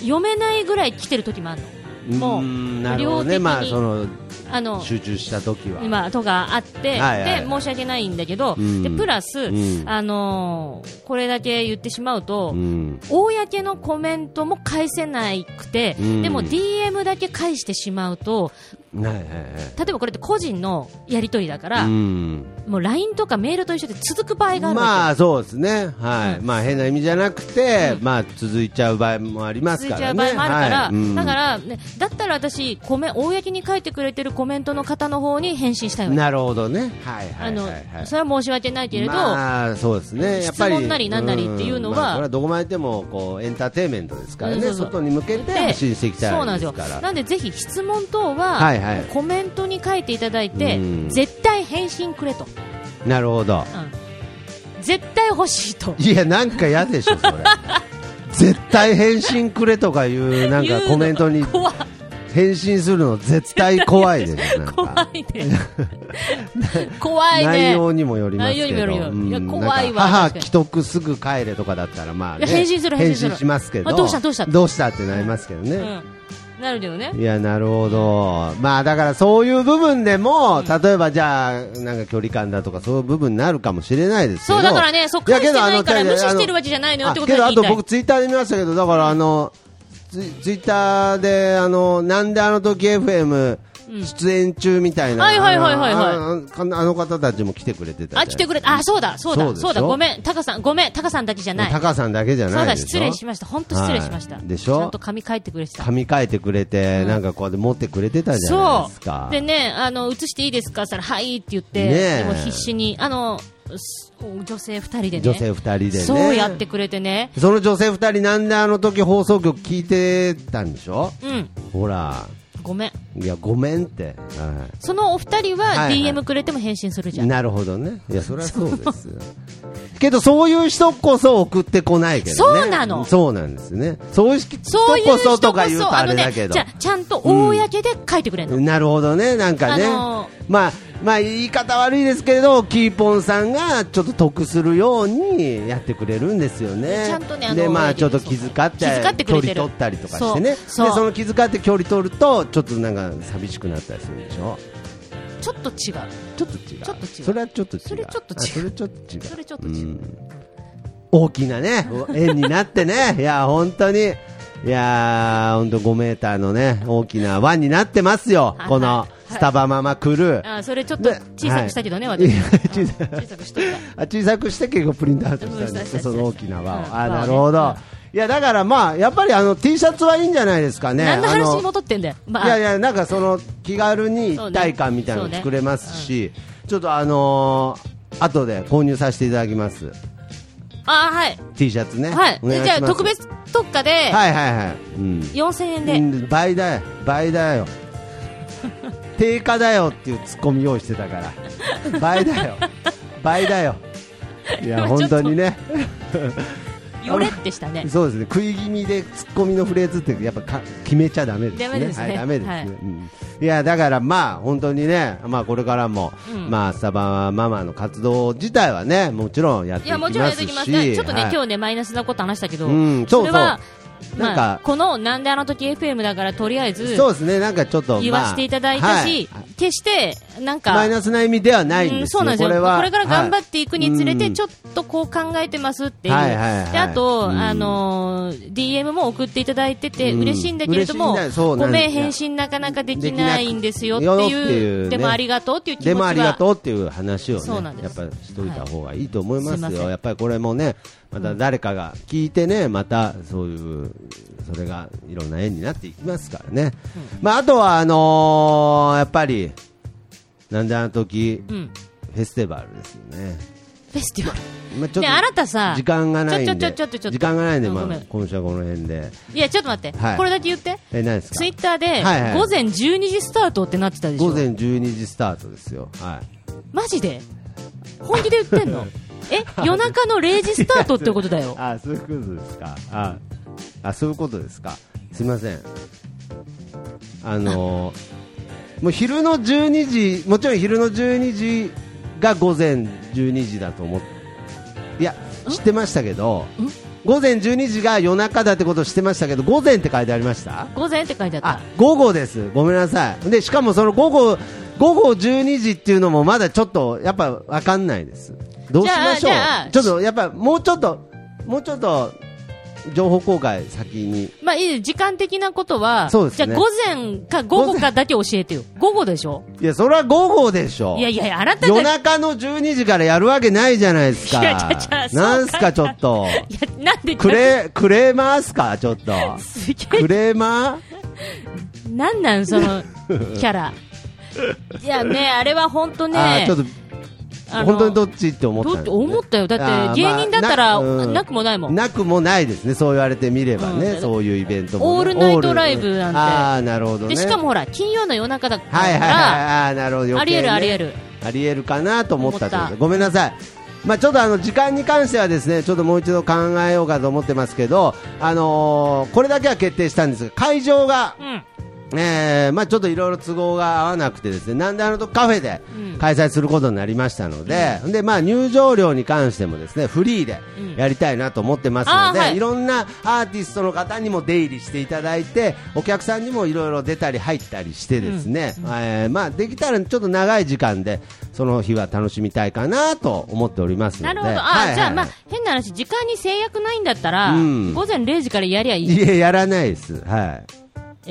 読めないぐらい来てる時もあるの
うーんな
もう
るほ
量
ど
的
ね
に、
まあその
あの
集中した時は
今とかあって、
はいはいはい
で申し訳ないんだけど、
うん
でプラス、
うん
あのーこれだけ言ってしまうと、
うん
公のコメントも返せなくて、
うん
でも DM だけ返してしまうと
はいはいはい
例えばこれって個人のやり取りだから、
うん
もう LINE とかメールと一緒で続く場合があるわけよ
まあそうですねはい、
う
まあ変な意味じゃなくて、まあ続いちゃう場合もあります
続い
か
ちゃ
ら
う
ね
場合もあるから、
はいうん
だから、ね、だったら私コメ、公に書いてくれてるコメントの方の方に返信したいわけ、
なるほどねはいは
あ
い
の
はいはい
それは申し訳ないけれど、
まあ、そうですねやっぱり
質問なりなんなりっていうのは
んまあ、それはどこまででもこうエンターテインメントですからね、
うんそうそう
外に向け
で
て発信していきた
そうないん
です
です
か
よ
ら
なんでぜひ質問等は、
はいはい
コメントに書いていただいて、
うん
絶対返信くれと、
なるほど
うん絶対欲しいと。
いやなんか嫌でしょそれ絶対返信くれとかいうなん
言
か
うの
コメントに
怖い
返信するの絶対怖いですなん
怖
か
い ね怖いね
内容にもよりますけ
内容にもよ
ど
る
うん
いや
なんか
怖いわ
母
確かに
既得すぐ帰れとかだったらまあね
いや返信する
返
返信する
信しますけど
あどうしたどうした
どうしたってなりますけど
う
ね
ん、なるけどね
いやなるほど、まあだからそういう部分でも、例えばじゃあ、なんか距離感だとか、そういう部分になるかもしれないですけ
そ
ど、
うだからねそう
いや
返してないから
けどあの
無視してるわけじゃないのよってこと
あ
が
けどあ
言いたい
と僕、ツイッターで見ましたけど、だからあの、ツイツイッターで、あの、なんであの時 FM 出演中みたいな、
はいはいはいはいはい
あのあのあの方たちも来てくれてたじゃない
あ来てくれたあそうだそうだ
そ
そうう
でし
だ
ょ
ごめんタカさんごめんタカさんだけじゃない
高さんだけじゃ
そう
ないで
だ
しょ
失礼しました本当失礼しました、
はいでしょ
ちゃんと紙書いてくれてた
噛み替えてくれて、なんかこうやって持ってくれてたじゃない
そ
ですか。
う。でね、あの、映していいですかって言ったら、はいって言って、
ねえ
でも必死に、あの、す女性二人でね。
女性二人でね。
そうやってくれてね。
その女性二人なんであの時放送局聞いてたんでしょ
うん。
ほら、
ごめん。
いや、ごめんって。は
そのお二人
は
はい
はい
DM くれても返信するじゃ
い、
ん。
なるほどね。いや、そりゃそうですよ。けど、そういう人こそ送ってこないけどね。
そうなの
そうなんですね。そういう人
そういう人
こ
こそ、
そとか言うとあれだ
ね、
けど
じゃ。あちゃんと公で書いてくれるの。
なるほどね、なんかね、
あの
まあ、まあ、言い方悪いですけれど、キーポンさんがちょっと得するようにやってくれるんですよね、
ちゃんとねあの
でまあ、ちょっと気遣って、
気遣ってく
距
れてる
離取ったりとかしてね、で
そうそう
その気遣って距離取ると、ちょっとなんか寂しくなったりするでしょ、
ちょっと違う。
ちょっと違う、
ちょっと違う
それはちょっと違う、
それちょっと違う
あそれちょっと違う、
それちょっと違う
うん大きなね、縁になってね、いや、本当に。いやー、ほんと5メーターのね、大きな輪になってますよ
は。い
この
はい、
スタバママクルー。
あそれちょっと
ね
小さくしたけどね、
はい
私。
いや小さ
うん小さくしといた。
あ小さくして結構プリントアウトしたん
うん
で
そ
す
うそうそ
そうの大きな輪を、
うん
あ
輪をね
なるほ
う
ど、
ん
いやだからまあやっぱりあの T シャツはいいんじゃないですかね
何の話に
あの
戻ってんだよ。まあ、
いやいやなんかその気軽に一体感みたいなの作れますし、ちょっとあのー、後で購入させていただきます
あはい。
T シャツね
はい。
お願いし
じゃあ、
ます
特別特価で、
はいはいはい、うん
4000円で。
うん倍だよ倍だよ定価だよっていうツッコミ用意してたから倍だよ倍だよいや
ちょ
本
っと
当にね
よれってしたね。
そうですね食い気味でツッコミのフレーズってやっぱか決めちゃダメですね
ダメですね
はい、ダメですね、
はい
うんいやだからまあ本当にねまあこれからも、
うん
まあサバママの活動自体はねもちろんやって
い
いきま
や、
す
もち
し
ろんやっていきます。だからちょっとね、
はい
今日ね、マイナスなこと話したけど、
うんそうそ
れ
う
は、
なんか
まあ、この、なんであの時 FM だから、とりあえず、
そうですねなんかちょっと
言わせていただいたし、
まあはい
決して、なんか、
マイナスな意味ではないん
う
で
ん
す
そ
よ、
うなんですよ
こ
こ
れ
れ
は
から頑張っていくにつれ
は
て、
い
ちょっとこう考えてますっていう、
はいはいはい
であと、
うん
あの DM も送っていただいてて、
うん
嬉しいんだけれども、
嬉しいんだそうなん
ごめん、
いや
返信なかなかできないんですよって
できなくて
い
よ
う、
っていうね
でもありがとうっていう気持ち
で
が
もありがとうっていう話をね
そうなんで
やっ
す
ぱりしといた方がいいと思います
はいすいま
よ、
せん
やっぱりこれもねまた誰かが聞いてねまたそういうそれがいろんな縁になっていきますからね、まあ、あとはあのーやっぱりなんであの時、
うん
フェスティバルですよね。
フェスティバル。
まあ、ちょっと
ねあなたさ
時間がないんで
ちょちょちょちょちょ
時間がないんで、
うん
まあ
ごめん、
今週はこの辺で
いや、ちょっと待って、
はい
これだけ言って。
え何ですか
ツイッターで、
はいはい
午前12時スタートってなってたでしょ
午前12時スタートですよ、はい、
マジで本気で言って んのえ夜中の0時スタートってことだよ
あそういうことですかああそういうことですかすみませんあのーもう昼の12時もちろん昼の12時が午前12時だと思っていや知ってましたけど午前12時が夜中だってことを知ってましたけど午前って書いてありました
午前って書いてあった
あ午後です、ごめんなさい、でしかもその午後午後12時っていうのもまだちょっとやっぱ分かんないです、どうしましょ
じゃ
う、
あ
ちょっとやっぱもうちょっと、もうちょっと情報公開先に、
まあいいよ時間的なことは
そうですね
じゃあ午前か午後かだけ教え てよ午後でしょ
いや、それは午後でしょ
いやいやいやあなたが
夜中の12時からやるわけないじゃないですか、
いやいやいやそう
なんすか、ちょっと、
いやなんで
クレクレーマーっすか、ちょっと、
すげえ
クレーマー
なんなんそのキャ ラいやねあれは本当
あー
ね
ちょっと
あの
本当にどっちって思ったんですね
どっ思ったよだって
あー
芸人だったら
まあ
なくもないもん
なくもないですねそう言われてみればね、
うん
そういうイベントもね、
オールナイトライブなんて
オールああなるほどね
でしかもほら金曜の夜中だか
はいはいはい
ら
ああーなるほど余計
ありえる
ね
ありえる
ありえるかなと思ったってこと
思った
ごめんなさいまあ、ちょっとあの時間に関してはですねちょっともう一度考えようかと思ってますけど、あのーこれだけは決定したんですが会場が、
うん。
えーまあ、ちょっといろいろ都合が合わなくてですねなんであの時カフェで
うん
開催することになりましたので,、でまあ、入場料に関してもですねフリーで
うん
やりたいなと思ってます
あ
の
ー
で、
はい
い、ろんなアーティストの方にも出入りしていただいてお客さんにもいろいろ出たり入ったりしてですね、えーまあ、できたらちょっと長い時間でその日は楽しみたいかなと思っておりますの
な
で
るほど。あ、
はいはい
じゃあ、まあ、変な話、時間に制約ないんだったら、
うん
午前0時からやりゃいい。
いややらないです。はい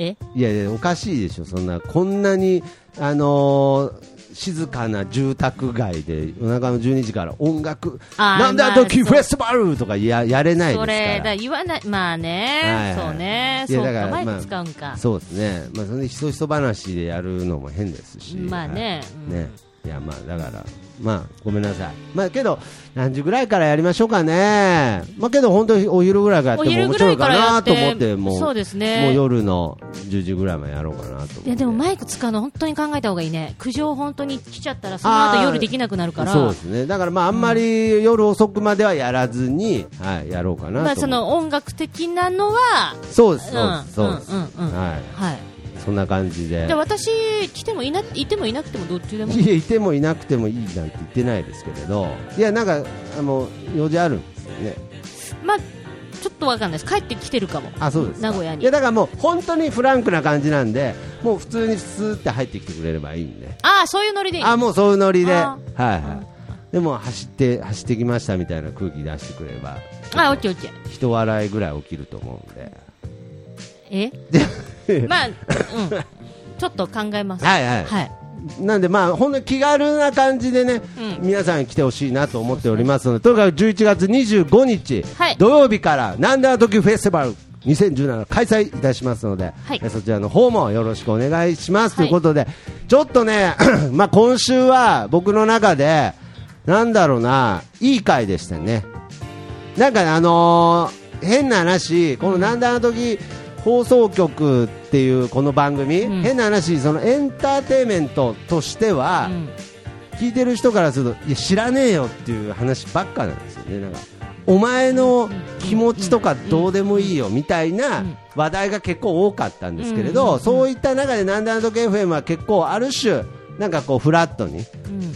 え
いやいや、おかしいでしょ、そんな、こんなに、あのー静かな住宅街で、夜中の12時から音楽、
あー
なんだ
まあ
時
そう
フェスティバルとかややれないです
そ
か
れだ、
ら。
言わない。まあね、
はいはい
そうね。
いや
そう
だ
か、
から
前
まあ
で使うんか。
そうですね、まあ、それでひそひそ話でやるのも変ですし、
まあね
はい
うん
ねいやまあだから、まあごめんなさい、まあけど、何時ぐらいからやりましょうかね、まあけど本当にお昼ぐらいからや
お
っても
昼
面
ぐら
白
い
い
か
から
や
な
っ
と思
て、
って、もう
そうですね。
もう夜の10時ぐらいまでやろうかなと思って。
いやでもマイク使うの本当に考えた方がいいね苦情本当に来ちゃったらその後
あー
夜できなくなるから
そうですねだからまああんまり夜遅くまではやらずに、はい、やろうかなと、
まあその音楽的なのは
そうです
う
そうですそうんです、
うんうんうん
は
はい
いそんな感じで
で私来てもいないてもいなくてもどっちでも
いやいてもいなくてもいいなんて言ってないですけれどいやなんかあの用事あるんですよね
まあちょっとわかんないです帰ってきてるかも
あそうですか
名古屋に
いやだからもう本当にフランクな感じなんでもう普通にスーって入ってきてくれればいいんで
ああそういうノリでいい
あもうそういうノリで
あ
はいはいでも走って走ってきましたみたいな空気出してくれれば
あオッケーオッケー
人笑いぐらい起きると思う んで
えまあうんちょっと考えます
はいはい
はい
なんでまあ本当に気軽な感じでね、
う
皆さん来てほしいなと思っておりますので、とにかく11月25日、
はい
土曜日からなんであの時フェスティバル2017開催いたしますので、
はい
えそちらの方もよろしくお願いしますと
はい
いうことで、ちょっとね、 まあ今週は僕の中でなんだろうないい回でしたね。なんかねあのー変な話、このなんであの時放送局っていうこの番組、
うん
変な話、そのエンターテインメントとしては
う、ん
聞いてる人からすると、いや、知らねえよっていう話ばっかなんですよね、なんか、お前の気持ちとかどうでもいいよみたいな話題が結構多かったんですけれ
うんうんう
ど、
ん
そういった中で、なんであの時 FM は結構、ある種、なんかこう、フラットに。
うん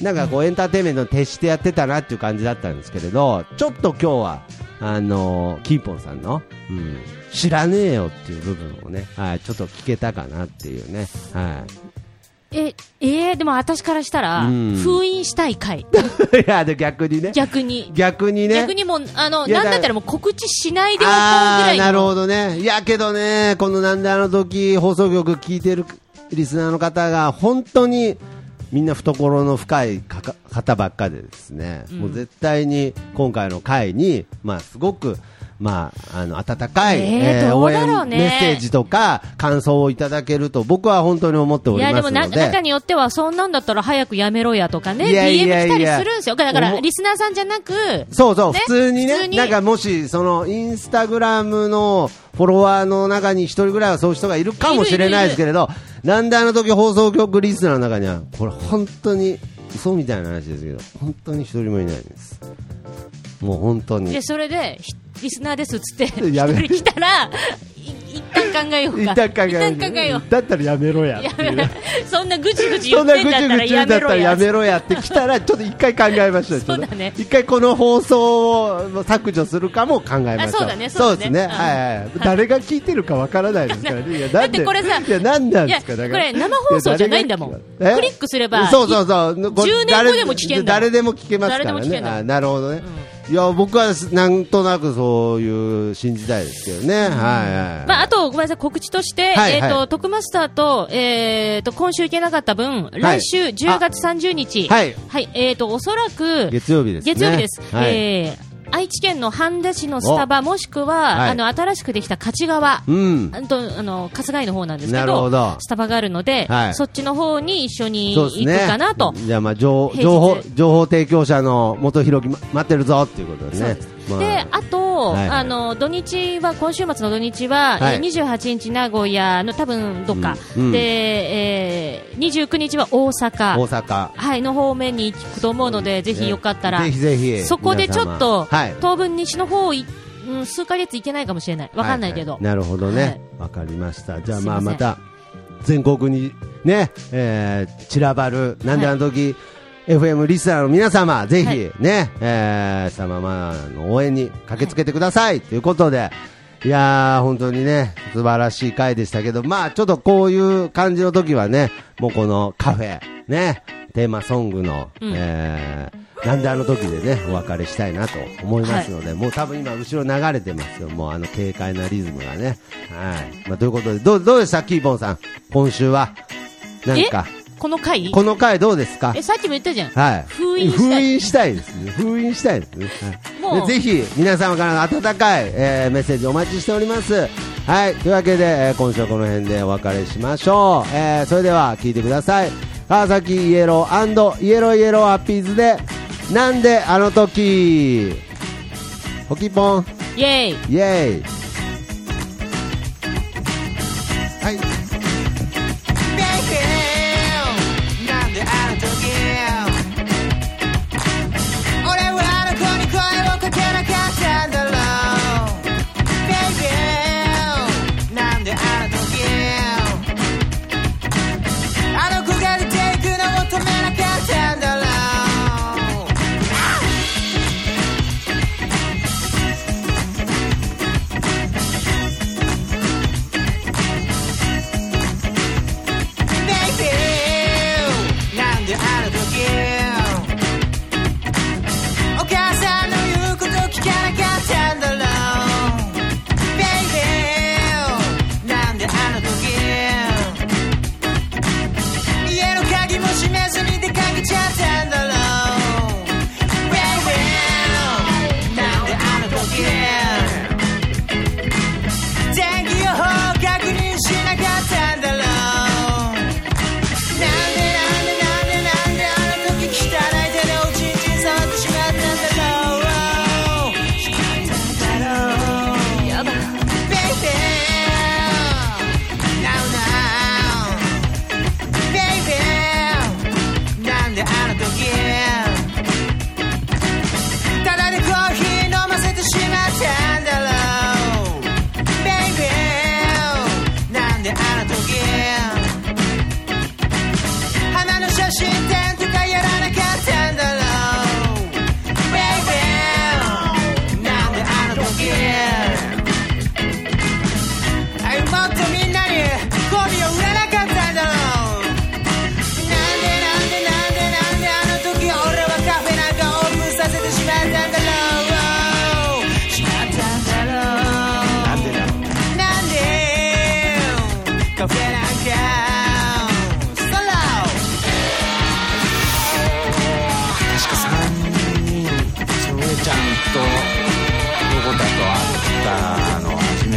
なんかこうエンターテインメントに徹してやってたなっていう感じだったんですけれど、ちょっと今日は、あのーキーポンさんの、うん、知らねえよっていう部分をね、はい、ちょっと聞けたかなっていうね、は
ええーでも私からしたら
うん
封印したい回
い。いや、で逆にね、
逆 に
逆にね、
逆にもうあの
いや
な
だ
んだったらもう告知しないでおこうぐ
あ
ら
ー
いの
なるほどね。いやけどね、このなんであの時放送局聞いてるリスナーの方が本当にみんな懐の深いかか方ばっかでですね、もう絶対に今回の回に、まあすごく、まあ、あの、温かい、
えーど
応
うだろう
援
ね
メッセージとか感想をいただけると僕は本当に思ってお
い
りま
やで
すの
も
で。
な中によってはそんなんだったら早くやめろやとかね
いやい
DM
やいや
来たりするんですよだから
おも
リスナーさんじゃなく
そうそう、
ね
普通にね
普通に
なんかもし、そのインスタグラムのフォロワーの中に一人ぐらいはそういう人がいるかもしれないですけれど、なんであの時放送局リスナーの中には、これ本当に嘘みたいな話ですけど、本当に一人もいないんです。もう本当に
で。それでひリスナーですっつって一
やめ
人来たらい一旦考えようか
一旦考えよう
一旦考えよう
だったらやめろやっていう。
そんなぐちぐち言
そ
っ
んな
て
ぐ
んだった
ちぐ
ら
ち
や
だ
め
った
ろ
らや
や
めろやってきたら、ちょっと一回考えましょう。
そうだね
ちょっと一回この放送を削除するかも考えましょう。
あそうだね
そ
そうう
で
だ
す
ね
ね。
うん
はいはい。
誰が聞いてるかわからないですからね。いや
だってこれさ
いや、なんなんですか、
い
だ
や
か
こ
ら。
れ生放送じゃないんだもん
いや誰が聞くのえ
クリックすれば
そうそうそう。これ
10年後でも聞けんだ
誰でも聞けますか
誰
ら
でも聞けん
ね。
だ
あなるほどね。いや、僕はなんとなくそういう信じたいですけどね。はいはい。
まあ、あと、ごめんなさい、告知として、
はい
えっ、
は
と、徳マスターと、えっ、と、今週行けなかった分、
い
来週10月30日、
はい
えっ、と、おそらく、
月曜日ですね。
月曜日です。
はい
えー愛知県の半田市のスタバ、もしくは、
はい
あの、新しくできた勝川、
うん。
あと、あの、春日井の方なんですけ
な
ど、
るほど
スタバがあるので、
はい
そっちの方に一緒に
そうです
行
ね。
くかなと。
じゃあ、まあ、情
平日
情報、情報提供者の元弘樹ま待ってるぞっていうことです
そう
ね
です。
まあ
で、あと、も、
はい
あの土日は今週末の土日は、
はい
えー28日名古屋の多分どっか、
うんうん
で、えー、29日は大阪
大阪
はい、の方面に行くと思うので、ぜひよかったら、
ぜひぜひ
そこでちょっと、
皆様はい
当分西の方い、うん、数ヶ月行けないかもしれない、わかんないけど、
ははなるほどね、わ、かりました。じゃあまあまた全国にね、えー散らばるなんであの時、FM リスナーの皆様ぜひ
はい
ね、えー、サママの応援に駆けつけてください、ということで。いやー本当にね、素晴らしい回でしたけど、まあちょっとこういう感じの時はね、もうこのカフェ、ね、テーマソングの、
うん
えーなんであの時でね、お別れしたいなと思いますので、もう多分今後ろ流れてますよ。もうあの軽快なリズムがね。はい。まあということで、どう、どうでしたキーポンさん。今週は。なんか、
この回
この回どうですか
え、さっきも言ったじゃん、
はい。
封印したい
封印したいですね。封印したいですね。はい、
もう
でぜひ、皆様からの温かい、えーメッセージお待ちしております。はい。というわけで、えー今週はこの辺でお別れしましょう。えーそれでは、聞いてください。川崎イエローイエローイエローハッピーズで、なんであの時ホキポン、
イエーイ。
イェイはい。
なんであの時俺はあの子に声をかけなかったんだろう Baby なんであの時あの子が出ていくのを止めなかったんだろう「なんであの時お母さんの言うこと聞かなかったんだろう」「ベイベーなんであの時家の鍵も閉めずに出かけちゃったんだろう」「ベイベーなんであの時天気予報確認しなかったんだろう」なんでなんでなんでなんであの時汚い手でおちんちん触ってしまったんだろう Baby やだ Baby Now now Baby なんであの時ただでコーヒー飲ませてしまったんだろう Baby なんであの時花の写真展とかやらなかったんだろう Baby なんであの時あいもっとみんなにゴミを売らなかったんだろうなんでなんでなんでなんであの時俺はカフェなんかオープンさせてしまったんだろうしまったんだろうなんでなんでカフェなんかストロー
確か3人それちゃんとどこだと会ったの初め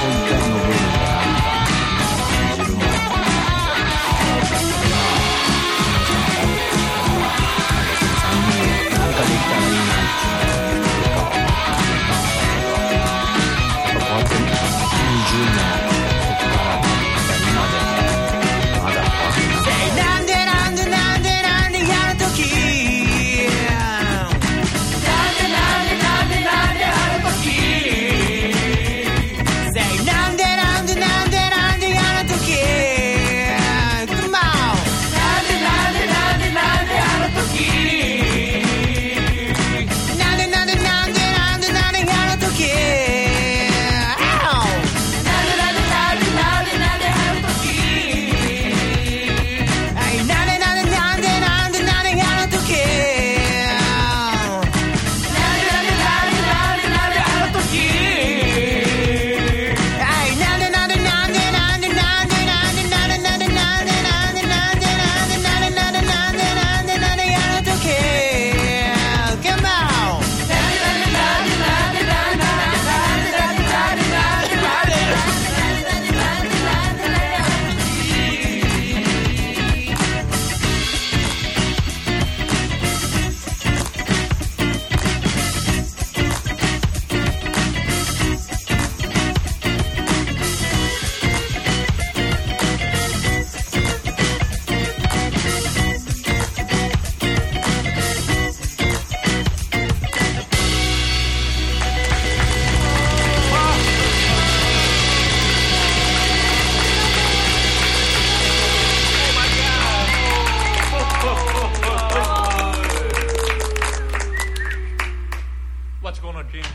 本体の部分がなんか感じるものなんかできたらいいなっていうのがやっぱこうやって20年ここから経った今でまだこうやって
なんでなんでなんでなんであの時なんでなんでなんでなんであの時 Say なんで
What's gonna change?